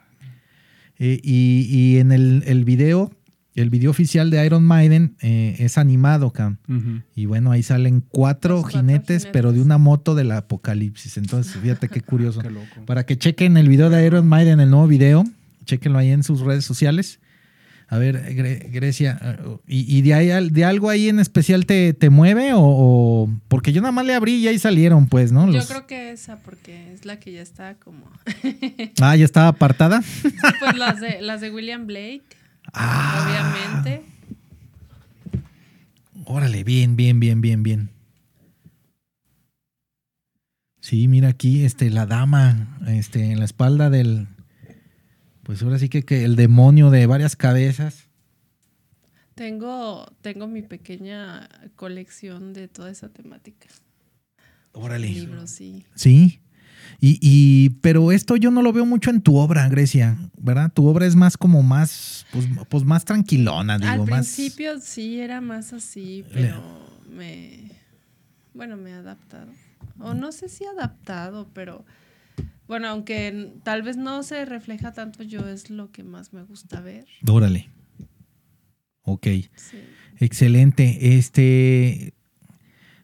Speaker 4: Eh, y, y en el, el video, el video oficial de Iron Maiden eh, es animado, cabrón. Y bueno, ahí salen cuatro,
Speaker 6: Los cuatro
Speaker 4: jinetes, pero de
Speaker 6: jinetes.
Speaker 4: una moto del apocalipsis. Entonces, fíjate qué curioso.
Speaker 5: Qué loco.
Speaker 4: Para que chequen el video de Iron Maiden, el nuevo video, chequenlo ahí en sus redes sociales. A ver, Gre- Grecia, eh, ¿y, y de, ahí al- de algo ahí en especial te, te mueve? O, o- Porque yo nada más le abrí y ahí salieron, pues, ¿no?
Speaker 6: Yo
Speaker 4: Los-
Speaker 6: creo que esa, porque es la que ya está como...
Speaker 4: Ah, ya estaba apartada.
Speaker 6: Pues las de, las de William Blake,
Speaker 4: Ah,
Speaker 6: obviamente.
Speaker 4: Órale, bien, bien, bien, bien, bien. Sí, mira aquí, este, la dama, este, en la espalda del. Pues ahora sí que- que el demonio de varias cabezas.
Speaker 6: Tengo, tengo mi pequeña colección de toda esa temática.
Speaker 4: Órale.
Speaker 6: Libros, sí.
Speaker 4: Sí. Y, y- pero esto yo no lo veo mucho en tu obra, Grecia, ¿verdad? Tu obra es más como más, pues, pues más tranquilona, digo,
Speaker 6: Al
Speaker 4: más. Eh.
Speaker 6: principio sí era más así,
Speaker 4: Le-
Speaker 6: pero me. Bueno, me he adaptado. O no sé si adaptado, pero. Bueno, aunque n- tal vez no se refleja tanto, yo es lo que más me gusta ver.
Speaker 4: Órale. Ok,
Speaker 6: Sí.
Speaker 4: excelente. Este,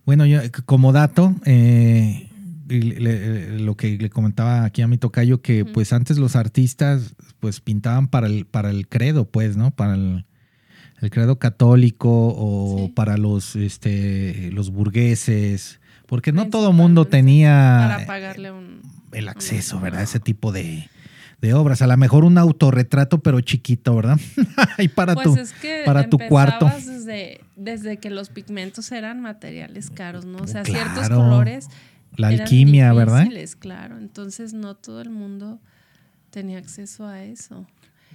Speaker 4: bueno, yo eh, como dato, eh, le- le- lo que le comentaba aquí a mi tocayo, que
Speaker 6: Ujú.
Speaker 4: pues antes los artistas pues pintaban para el, para el credo, pues, ¿no? Para el, el credo católico o
Speaker 6: Sí.
Speaker 4: para los, este, los burgueses, porque no todo
Speaker 6: Principalmente.
Speaker 4: mundo tenía
Speaker 6: para pagarle un.
Speaker 4: el acceso,
Speaker 6: un-
Speaker 4: ¿verdad? Ese tipo de, de obras. A lo mejor un autorretrato, pero chiquito, ¿verdad? y para
Speaker 6: Pues
Speaker 4: tú.
Speaker 6: es que
Speaker 4: para tu
Speaker 6: empezabas
Speaker 4: cuarto.
Speaker 6: Desde, desde que los pigmentos eran materiales caros, ¿no? O sea, ciertos
Speaker 4: Claro.
Speaker 6: colores.
Speaker 4: La
Speaker 6: eran
Speaker 4: alquimia, ¿verdad?
Speaker 6: difíciles, Claro, entonces no todo el mundo tenía acceso a eso.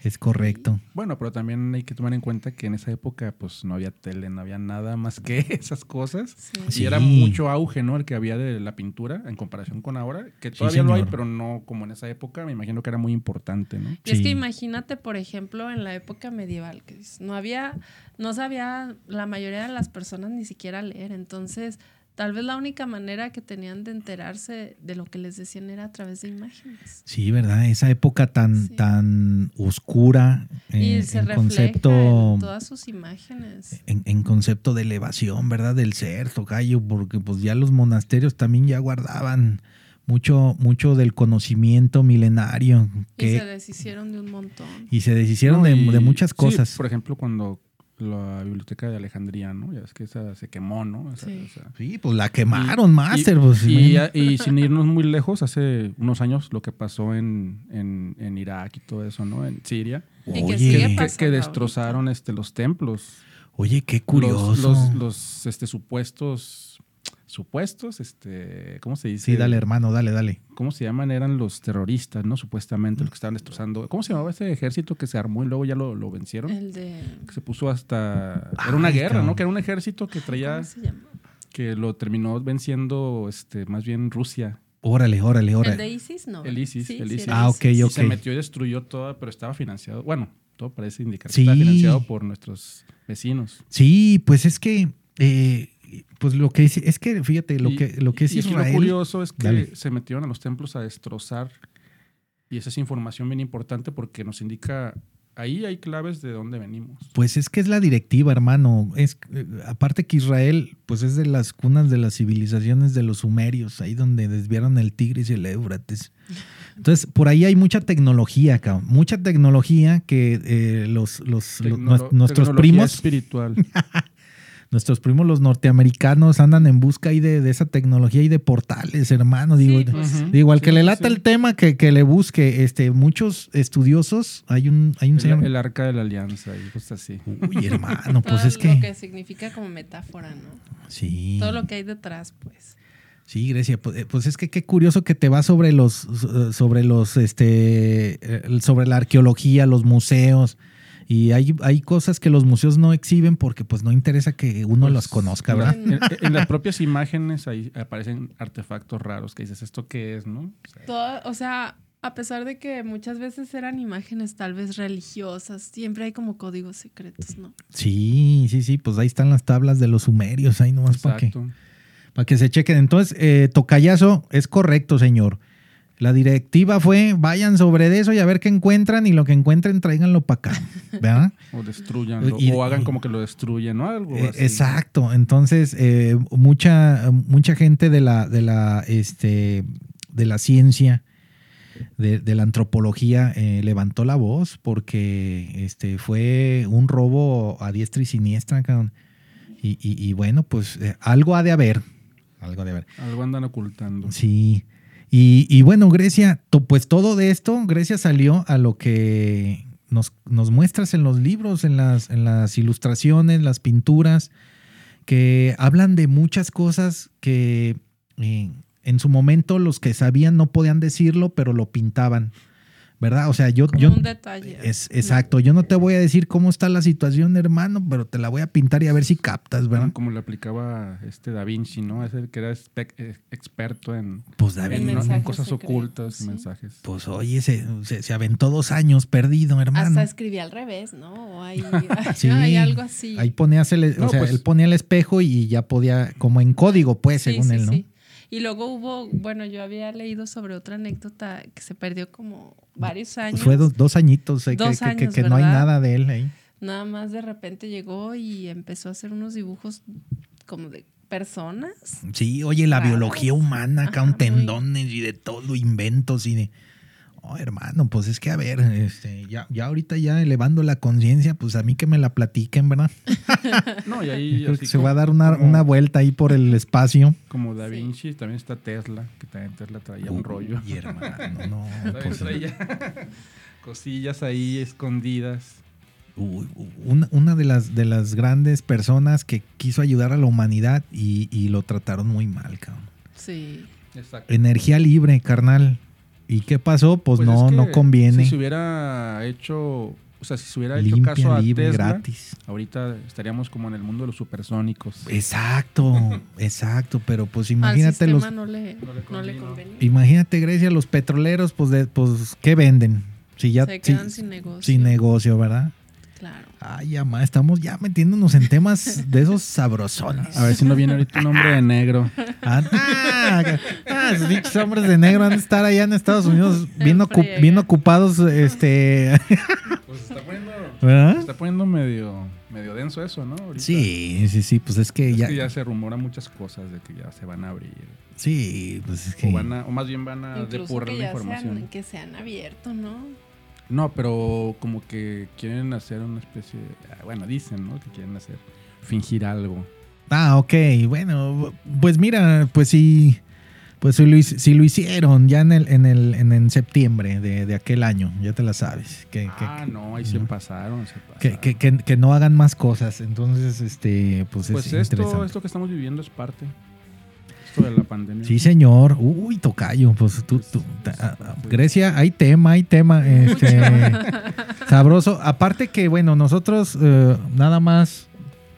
Speaker 4: Es correcto.
Speaker 5: Bueno, pero también hay que tomar en cuenta que en esa época pues no había tele, no había nada más que esas cosas.
Speaker 6: Sí.
Speaker 4: Sí.
Speaker 5: Y era mucho auge, ¿no? El que había de la pintura en comparación con ahora, que
Speaker 4: Sí,
Speaker 5: todavía lo hay,
Speaker 4: señor.
Speaker 5: pero no como en esa época. Me imagino que era muy importante, ¿no?
Speaker 6: Y es
Speaker 4: Sí.
Speaker 6: que imagínate, por ejemplo, en la época medieval, que dices, no había, no sabía la mayoría de las personas ni siquiera leer. Entonces, tal vez la única manera que tenían de enterarse de lo que les decían era a través de imágenes.
Speaker 4: Sí, ¿verdad? Esa época tan,
Speaker 6: Sí.
Speaker 4: tan oscura
Speaker 6: y
Speaker 4: eh,
Speaker 6: se
Speaker 4: en
Speaker 6: refleja
Speaker 4: concepto,
Speaker 6: en todas sus imágenes.
Speaker 4: en, en concepto de elevación, ¿verdad? Del ser, tocayo, porque pues ya los monasterios también ya guardaban mucho, mucho del conocimiento milenario
Speaker 6: Y se
Speaker 4: que,
Speaker 6: deshicieron de un montón.
Speaker 4: y se deshicieron
Speaker 5: No,
Speaker 4: de,
Speaker 5: y-
Speaker 4: de muchas
Speaker 5: sí,
Speaker 4: cosas.
Speaker 5: por ejemplo, cuando la biblioteca de Alejandría, ¿no? Ya es que esa se quemó, ¿no? Esa-
Speaker 6: Sí.
Speaker 5: esa-
Speaker 4: Sí, pues la quemaron, Master. pues,
Speaker 5: Y,
Speaker 4: imagínate.
Speaker 5: y sin irnos muy lejos, hace unos años lo que pasó en, en- en Irak y todo eso, ¿no? En Siria.
Speaker 6: Y que
Speaker 4: Oye.
Speaker 5: Que,
Speaker 6: sigue
Speaker 5: que-
Speaker 6: pasando
Speaker 5: que
Speaker 6: ahorita.
Speaker 5: destrozaron este, los templos.
Speaker 4: Oye, qué curioso.
Speaker 5: Los- Los, los, este, supuestos, supuestos, este, ¿cómo se dice?
Speaker 4: sí, dale, hermano, dale, dale.
Speaker 5: ¿Cómo se llaman? Eran los terroristas, ¿no?
Speaker 4: Mm.
Speaker 5: Supuestamente los que estaban destrozando. ¿Cómo se llamaba ese ejército que se armó y luego ya lo, lo vencieron?
Speaker 6: El de.
Speaker 5: que se puso hasta... Era una
Speaker 4: Ay,
Speaker 5: guerra,
Speaker 4: cabrón.
Speaker 5: ¿no? Que era un ejército que traía...
Speaker 6: ¿Cómo se llama?
Speaker 5: Que lo terminó venciendo, este, más bien Rusia.
Speaker 4: Órale, órale,
Speaker 6: El
Speaker 4: órale.
Speaker 6: de ISIS, no.
Speaker 5: El ISIS, el
Speaker 6: sí,
Speaker 5: ISIS.
Speaker 6: era
Speaker 4: Ah, ok,
Speaker 5: Y
Speaker 6: ISIS.
Speaker 4: ok.
Speaker 5: se metió y destruyó toda, pero estaba financiado. Bueno, todo parece indicar que
Speaker 4: Sí.
Speaker 5: estaba financiado por nuestros vecinos.
Speaker 4: Sí, pues es que, eh, pues lo que es, es que, fíjate, lo
Speaker 5: Y-
Speaker 4: que, lo que es
Speaker 5: y aquí
Speaker 4: Israel.
Speaker 5: Lo curioso es que
Speaker 4: Dale.
Speaker 5: se metieron a los templos a destrozar. Y esa es información bien importante porque nos indica. Ahí hay claves de dónde venimos.
Speaker 4: Pues es que es la directiva, hermano. Es eh, aparte que Israel, pues es de las cunas de las civilizaciones de los sumerios, ahí donde desviaron el Tigris y el Éufrates. Entonces, por ahí hay mucha tecnología, cabrón. Mucha tecnología que eh, los, los, los-
Speaker 5: Tecnolo-
Speaker 4: nuestros
Speaker 5: tecnología
Speaker 4: primos,
Speaker 5: espiritual.
Speaker 4: nuestros primos los norteamericanos andan en busca ahí de, de esa tecnología y de portales, hermano. Digo,
Speaker 6: Sí, pues,
Speaker 5: Ujú.
Speaker 4: Digo, al que
Speaker 5: Sí,
Speaker 4: le
Speaker 5: sí,
Speaker 4: lata
Speaker 5: sí.
Speaker 4: el tema, que, que le busque. Este, muchos estudiosos, hay un, hay un señor.
Speaker 5: El, el arca de la alianza y cosas así.
Speaker 4: Uy, hermano, pues
Speaker 6: Todo
Speaker 4: es
Speaker 6: Lo
Speaker 4: que.
Speaker 6: que significa como metáfora, ¿no?
Speaker 4: Sí.
Speaker 6: Todo lo que hay detrás, pues.
Speaker 4: Sí, Grecia. Pues, eh, pues es que qué curioso que te vas sobre los, so- sobre los, este, eh, sobre la arqueología, los museos. Y hay, hay cosas que los museos no exhiben porque pues no interesa que uno
Speaker 5: Pues,
Speaker 4: los conozca,
Speaker 5: en
Speaker 4: ¿verdad?
Speaker 5: la- En, en las propias imágenes ahí aparecen artefactos raros que dices, ¿esto qué es, no? O sea,
Speaker 6: Todo, o sea, a pesar de que muchas veces eran imágenes tal vez religiosas, siempre hay como códigos secretos, ¿no?
Speaker 4: Sí, sí, sí. Pues ahí están las tablas de los sumerios, ahí nomás para que.
Speaker 5: exacto.
Speaker 4: Para que se chequen. Entonces, eh, Tocayazo es correcto, señor. La directiva fue, vayan sobre de eso y a ver qué encuentran y lo que encuentren tráiganlo para acá. ¿Verdad?
Speaker 5: O destruyanlo.
Speaker 4: Eh, Y-
Speaker 5: o hagan
Speaker 4: y-
Speaker 5: como que lo destruyen, ¿no? Algo
Speaker 4: Eh,
Speaker 5: Uh, así.
Speaker 4: exacto. Entonces, eh, mucha, mucha gente de la, de la, este, de la ciencia, de, de la antropología, eh, levantó la voz porque este, fue un robo a diestra y siniestra. cabrón. Y, y- y bueno, pues eh, algo ha de haber. Algo ha de haber.
Speaker 5: Algo andan ocultando.
Speaker 4: Sí. Y, y bueno, Grecia, to- pues todo de esto, Grecia salió a lo que nos, nos muestras en los libros, en las, en las ilustraciones, las pinturas, que hablan de muchas cosas que eh, en su momento los que sabían no podían decirlo, pero lo pintaban. ¿Verdad? O sea, yo,
Speaker 6: Como
Speaker 4: yo
Speaker 6: un detalle.
Speaker 4: es exacto, yo no te voy a decir cómo está la situación, hermano, pero te la voy a pintar y a ver si captas, ¿verdad?
Speaker 5: Como le aplicaba este Da Vinci, ¿no? Es el que era espe- eh, experto en,
Speaker 4: Pues David,
Speaker 5: en-
Speaker 4: no-
Speaker 6: mensajes
Speaker 5: en cosas
Speaker 6: secretos,
Speaker 5: ocultas
Speaker 6: sí.
Speaker 5: y mensajes.
Speaker 4: pues oye, se, se- se aventó dos años perdido, hermano.
Speaker 6: Hasta escribí al revés, ¿no? O hay,
Speaker 4: Sí.
Speaker 6: hay algo así.
Speaker 4: Ahí ponías el, o
Speaker 5: No,
Speaker 4: sea,
Speaker 5: pues-
Speaker 4: él ponía el espejo y ya podía, como en código, pues,
Speaker 6: Sí,
Speaker 4: según
Speaker 6: sí,
Speaker 4: él, ¿no?
Speaker 6: sí. Y luego hubo, bueno, yo había leído sobre otra anécdota que se perdió como varios años.
Speaker 4: Pues Fue dos, dos añitos, eh, que-
Speaker 6: Dos
Speaker 4: que, que-
Speaker 6: años,
Speaker 4: que no hay
Speaker 6: ¿verdad?
Speaker 4: nada de él eh. ahí.
Speaker 6: Nada más de repente llegó y empezó a hacer unos dibujos como de personas.
Speaker 4: Sí, oye, la
Speaker 6: Raras.
Speaker 4: biología humana, acá un
Speaker 6: Ajá, muy-
Speaker 4: tendones y de todo, inventos y de. Oh, hermano, pues es que a ver, este, ya, ya ahorita ya elevando la conciencia, pues a mí que me la platiquen, ¿verdad?
Speaker 5: No, y
Speaker 4: Yo
Speaker 5: ahí
Speaker 4: creo
Speaker 5: así
Speaker 4: que se
Speaker 5: como-
Speaker 4: va a dar una,
Speaker 5: como-
Speaker 4: una vuelta ahí por el espacio.
Speaker 5: Como Da
Speaker 6: Sí.
Speaker 5: Vinci, también está Tesla, que también Tesla traía un rollo.
Speaker 4: Y hermano, no,
Speaker 5: También
Speaker 4: pues,
Speaker 5: traía cosillas ahí escondidas.
Speaker 4: uy, una, una de las de las grandes personas que quiso ayudar a la humanidad y, y lo trataron muy mal, cabrón.
Speaker 6: Sí.
Speaker 5: Exacto.
Speaker 4: Energía libre, carnal. ¿Y qué pasó? Pues,
Speaker 5: Pues
Speaker 4: no,
Speaker 5: es que
Speaker 4: no conviene.
Speaker 5: Si se hubiera hecho, o sea, si se hubiera hecho caso
Speaker 4: Limpia,
Speaker 5: a
Speaker 4: libre,
Speaker 5: Tesla,
Speaker 4: gratis.
Speaker 5: ahorita estaríamos como en el mundo de los supersónicos.
Speaker 4: Exacto, exacto, pero pues
Speaker 6: Al
Speaker 4: imagínate
Speaker 6: sistema
Speaker 4: los
Speaker 6: no le,
Speaker 5: No le
Speaker 6: no le
Speaker 5: convino.
Speaker 6: convenía.
Speaker 4: imagínate Grecia, los petroleros pues de, pues qué venden? Si ya
Speaker 6: Se
Speaker 4: si-
Speaker 6: quedan sin negocio.
Speaker 4: sin negocio, ¿verdad?
Speaker 6: Claro.
Speaker 4: Ay, ya ma, estamos ya metiéndonos en temas de esos sabrosones.
Speaker 5: A ver si no viene ahorita un hombre de negro.
Speaker 4: Ah, ah, ah, esos pinches hombres de negro han de estar allá en Estados Unidos bien,
Speaker 6: En
Speaker 4: ocu-
Speaker 6: friega.
Speaker 4: bien ocupados, este,
Speaker 5: Pues está poniendo,
Speaker 4: ¿verdad?
Speaker 5: está poniendo medio, medio denso eso, ¿no? Ahorita.
Speaker 4: Sí, sí, sí, pues es que
Speaker 5: Es
Speaker 4: ya,
Speaker 5: que ya se rumora muchas cosas de que ya se van a abrir.
Speaker 4: sí, pues es que
Speaker 5: O, van a- o más bien van a
Speaker 6: Incluso
Speaker 5: depurar
Speaker 6: que
Speaker 5: Ah, la
Speaker 6: ya
Speaker 5: información.
Speaker 6: sean, que sean abiertos, ¿no?
Speaker 5: No, pero como que quieren hacer una especie. de- Bueno, dicen, ¿no? Que quieren hacer. Fingir algo.
Speaker 4: Ah, ok, bueno, pues mira, pues sí, pues si lo, hic- si lo hicieron ya en el, en el, en, en septiembre de, de aquel año, ya te la sabes, que, que-
Speaker 5: ah, no, ahí se
Speaker 4: no.
Speaker 5: pasaron. se pasaron.
Speaker 4: que, que- que- que no hagan más cosas, entonces, este, pues,
Speaker 5: Pues
Speaker 4: es
Speaker 5: esto,
Speaker 4: interesante.
Speaker 5: esto que estamos viviendo es parte. Esto de la pandemia.
Speaker 4: Sí, señor, uy, tocayo, pues tú, tú, ta- ah, ah, Grecia, hay tema, hay tema, este, sabroso, aparte que, bueno, nosotros eh, nada más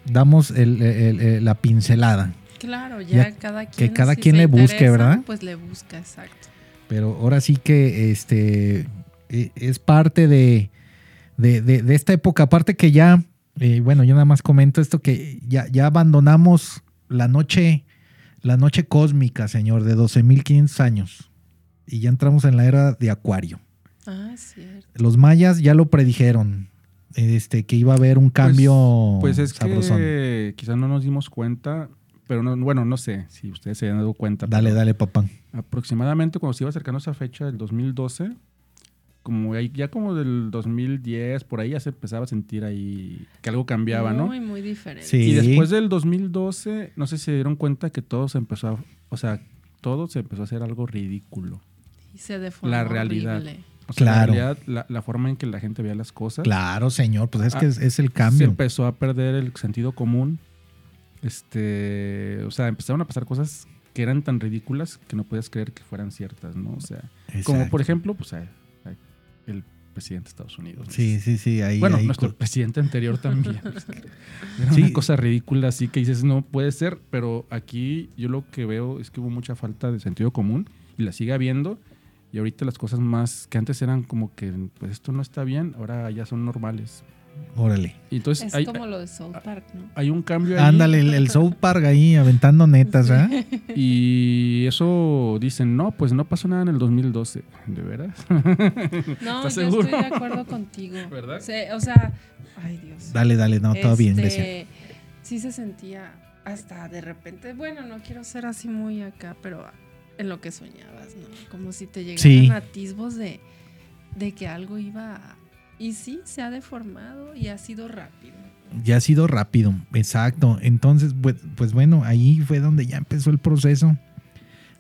Speaker 4: damos el- el- el- la pincelada,
Speaker 6: Claro, ya,
Speaker 4: Ya,
Speaker 6: cada quien.
Speaker 4: cada quien le busque, ¿verdad?
Speaker 6: Pues le busca, exacto.
Speaker 4: Pero ahora sí que este e- es parte de, de- de- de esta época. Aparte que ya, eh, bueno, yo nada más comento esto que ya, ya abandonamos la noche, la noche cósmica, señor, de 12.500 años. Y ya entramos en la era de Acuario.
Speaker 6: Ah, es cierto.
Speaker 4: Los mayas ya lo predijeron, este, que iba a haber un cambio
Speaker 5: Pues es
Speaker 4: sabrosón.
Speaker 5: que quizás no nos dimos cuenta, pero no, bueno, no sé si ustedes se han dado cuenta.
Speaker 4: Dale,
Speaker 5: pero
Speaker 4: dale, papá.
Speaker 5: Aproximadamente cuando se iba acercando esa fecha del 2012, como ahí- ya como del 2010, por ahí ya se empezaba a sentir ahí que algo cambiaba, ¿no?
Speaker 6: Muy, muy diferente.
Speaker 4: Sí.
Speaker 5: Y después del 2012, no sé si se dieron cuenta que todo se empezó a, o sea, todo se empezó a hacer algo ridículo.
Speaker 6: Y se deformó.
Speaker 5: La realidad.
Speaker 6: horrible.
Speaker 5: O sea,
Speaker 4: Claro.
Speaker 5: en realidad, la, la forma en que la gente veía las cosas.
Speaker 4: Claro, señor, pues es que
Speaker 5: Ah,
Speaker 4: es, es el
Speaker 5: Se
Speaker 4: cambio.
Speaker 5: empezó a perder el sentido común. Este, o sea, empezaron a pasar cosas que eran tan ridículas que no podías creer que fueran ciertas, ¿no? O sea, como por ejemplo, pues a- a- el presidente de Estados Unidos. ¿no?
Speaker 4: Sí, sí, sí. Ahí,
Speaker 5: bueno,
Speaker 4: ahí
Speaker 5: nuestro
Speaker 4: co-
Speaker 5: presidente anterior también. Era
Speaker 4: Sí.
Speaker 5: una cosa ridícula, así que dices, no puede ser, pero aquí yo lo que veo es que hubo mucha falta de sentido común y la sigue habiendo. Y ahorita las cosas más que antes eran como que, pues esto no está bien, ahora ya son normales.
Speaker 4: Órale.
Speaker 5: Y entonces
Speaker 6: Es
Speaker 5: hay,
Speaker 6: como lo de South
Speaker 5: ah.
Speaker 6: Park, ¿no?
Speaker 5: hay un cambio ahí
Speaker 4: Ándale, el, el South Park ahí aventando netas, ¿ah?
Speaker 5: y eso dicen, no, pues no pasó nada en el 2012. ¿De veras?
Speaker 6: No, yo
Speaker 5: ¿Estás seguro?
Speaker 6: estoy de acuerdo contigo.
Speaker 5: ¿Verdad?
Speaker 6: Se- o sea, ay Dios.
Speaker 4: Dale, dale, no, todo bien,
Speaker 6: Este,
Speaker 4: Grecia.
Speaker 6: Sí se sentía hasta de repente, bueno, no quiero ser así muy acá, pero en lo que soñabas, ¿no? Como si te llegaran
Speaker 4: Sí.
Speaker 6: atisbos de, de que algo iba a- Y sí, se ha deformado y ha sido rápido.
Speaker 4: Ya ha sido rápido, exacto. Entonces, pues, pues bueno, ahí fue donde ya empezó el proceso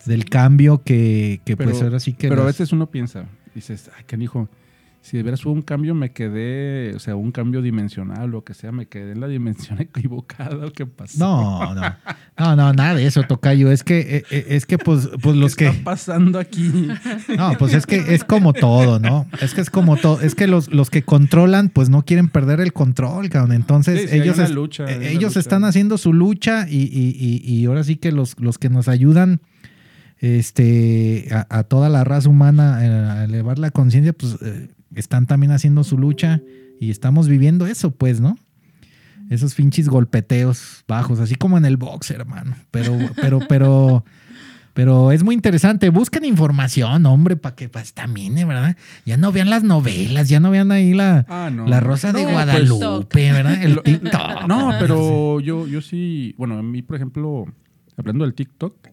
Speaker 4: del cambio que, que
Speaker 5: Pero-
Speaker 4: pues ahora sí que...
Speaker 5: Pero a
Speaker 4: las-
Speaker 5: veces uno piensa, dices, ay, canijo, si de veras hubo un cambio, me quedé, o sea, un cambio dimensional, lo que sea, me quedé en la dimensión equivocada, o qué pasó.
Speaker 4: No, no, no, no, nada de eso, Tocayo. Es que, eh, eh, es que pues, pues los
Speaker 5: ¿Qué
Speaker 4: que...
Speaker 5: está pasando aquí?
Speaker 4: No, pues es que es como todo, ¿no? Es que es como todo. Es que los, los que controlan, pues no quieren perder el control, cabrón. Entonces,
Speaker 5: Sí, sí, hay
Speaker 4: ellos,
Speaker 5: una
Speaker 4: es-
Speaker 5: lucha,
Speaker 4: eh,
Speaker 5: hay una
Speaker 4: ellos
Speaker 5: lucha.
Speaker 4: están haciendo su lucha y, y- y- y ahora sí que los, los que nos ayudan este, a, a toda la raza humana eh, a elevar la conciencia, pues eh, están también haciendo su lucha y estamos viviendo eso, pues, ¿no? Esos pinches golpeteos bajos, así como en el box, hermano. Pero, pero, pero, Pero es muy interesante. Busquen información, hombre, para que pues, también, eh, ¿verdad? Ya no vean las novelas, ya no vean ahí la,
Speaker 5: Ah, no. pues, eh,
Speaker 4: la Rosa de
Speaker 6: No,
Speaker 4: Guadalupe, ¿verdad? El TikTok.
Speaker 5: No, pero yo, yo sí, bueno, a mí, por ejemplo, hablando del TikTok,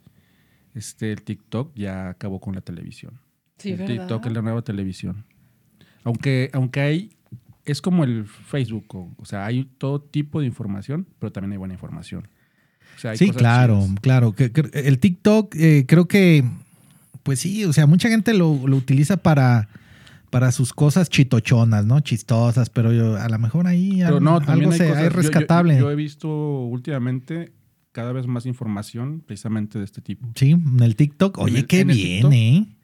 Speaker 5: este, el TikTok ya acabó con la televisión.
Speaker 6: Sí,
Speaker 5: el
Speaker 6: ¿verdad?
Speaker 5: TikTok es la nueva televisión. Aunque, aunque hay, es como el Facebook, o, o sea, hay todo tipo de información, pero también hay buena información. O sea, hay
Speaker 4: Sí,
Speaker 5: cosas
Speaker 4: claro,
Speaker 5: chidas.
Speaker 4: claro. Que- que- El TikTok eh, creo que, pues sí, o sea, mucha gente lo, lo utiliza para, para sus cosas chitochonas, ¿no? Chistosas, pero yo- a lo mejor ahí
Speaker 5: Pero
Speaker 4: al-
Speaker 5: no,
Speaker 4: algo
Speaker 5: también hay
Speaker 4: se-
Speaker 5: cosas-
Speaker 4: es
Speaker 5: yo- yo-
Speaker 4: rescatable.
Speaker 5: Yo, he visto últimamente cada vez más información precisamente de este tipo.
Speaker 4: Sí, en el TikTok.
Speaker 5: En
Speaker 4: Oye,
Speaker 5: el-
Speaker 4: qué
Speaker 5: en el
Speaker 4: bien,
Speaker 5: TikTok.
Speaker 4: ¿eh?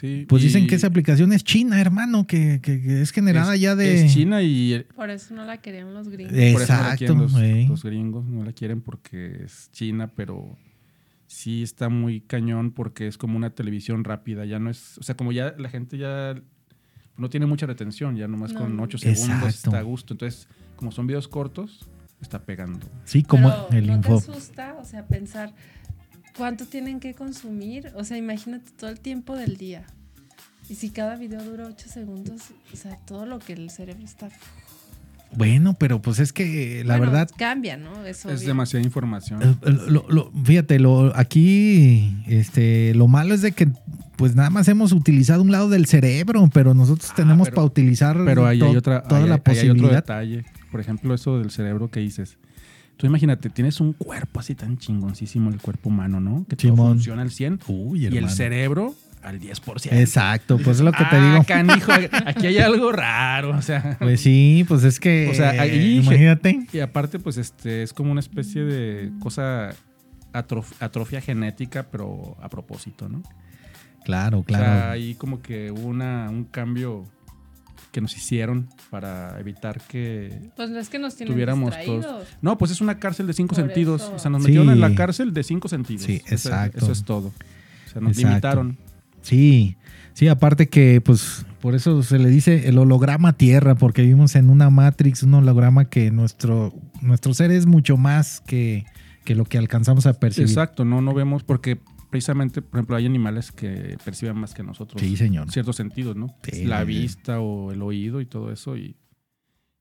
Speaker 5: Sí,
Speaker 4: Pues
Speaker 5: y
Speaker 4: dicen que esa aplicación es china, hermano, que, que- que es generada
Speaker 5: es-
Speaker 4: ya de...
Speaker 5: Es China y el-
Speaker 6: Por eso no la querían los gringos.
Speaker 4: Eh,
Speaker 5: Por eso no la quieren
Speaker 4: Exacto,
Speaker 5: los-
Speaker 4: güey.
Speaker 5: los, gringos no la quieren porque es China, pero sí está muy cañón porque es como una televisión rápida. Ya no es, o sea, como ya la gente ya no tiene mucha retención, ya nomás
Speaker 6: No,
Speaker 5: con
Speaker 6: no.
Speaker 5: 8 segundos
Speaker 4: Exacto.
Speaker 5: está a gusto. Entonces, como son videos cortos, está pegando.
Speaker 4: Sí, como
Speaker 6: Pero,
Speaker 4: el
Speaker 6: ¿no
Speaker 4: info.
Speaker 6: te asusta? O sea, pensar cuánto tienen que consumir. O sea, imagínate todo el tiempo del día. Y si cada video dura 8 segundos, o sea, todo lo que el cerebro está...
Speaker 4: Bueno, pero pues es que la
Speaker 6: Bueno,
Speaker 4: verdad,
Speaker 6: Cambia, ¿no? Eso.
Speaker 5: Es demasiada información.
Speaker 4: eh, lo- lo- fíjate, lo, aquí este, lo malo es de que pues nada más hemos utilizado un lado del cerebro, pero nosotros
Speaker 5: Ah,
Speaker 4: tenemos
Speaker 5: pero-
Speaker 4: para utilizar
Speaker 5: Pero ahí
Speaker 4: to-
Speaker 5: hay otra,
Speaker 4: toda
Speaker 5: ahí
Speaker 4: la
Speaker 5: hay- ahí hay otro
Speaker 4: posibilidad.
Speaker 5: detalle. Por ejemplo, eso del cerebro que dices. Tú imagínate, tienes un cuerpo así tan chingoncísimo, el cuerpo humano, ¿no? Que todo
Speaker 4: Simón.
Speaker 5: funciona al 100
Speaker 4: Uy,
Speaker 5: y el
Speaker 4: hermano.
Speaker 5: cerebro al 10%.
Speaker 4: Exacto, pues es lo que te
Speaker 5: Ah,
Speaker 4: digo.
Speaker 5: canijo, aquí hay algo raro, o sea.
Speaker 4: Pues sí, pues es que
Speaker 5: O sea, ahí-
Speaker 4: imagínate.
Speaker 5: Y aparte, pues este es como una especie de cosa atrof- atrofia genética, pero a propósito, ¿no?
Speaker 4: Claro,
Speaker 5: O sea,
Speaker 4: claro.
Speaker 5: hay como que una, un cambio que nos hicieron para evitar que
Speaker 6: Pues no es que nos tienen
Speaker 5: tuviéramos
Speaker 6: distraídos.
Speaker 5: todos. No, pues es una cárcel de cinco
Speaker 6: Por
Speaker 5: sentidos.
Speaker 6: eso.
Speaker 5: O sea, nos
Speaker 4: Sí.
Speaker 5: metieron en la cárcel de cinco sentidos.
Speaker 4: Sí,
Speaker 5: O sea,
Speaker 4: exacto.
Speaker 5: Eso es todo. O sea, nos
Speaker 4: Exacto.
Speaker 5: limitaron.
Speaker 4: Sí, sí, aparte que pues por eso se le dice el holograma tierra, porque vivimos en una Matrix, un holograma que nuestro, nuestro ser es mucho más que, que lo que alcanzamos a percibir.
Speaker 5: Exacto, no, no vemos porque precisamente, por ejemplo, hay animales que perciben más que nosotros.
Speaker 4: Sí, señor.
Speaker 5: ciertos sentidos, ¿no?
Speaker 4: Sí,
Speaker 5: la
Speaker 4: sí, sí.
Speaker 5: vista o el oído y todo eso. Y,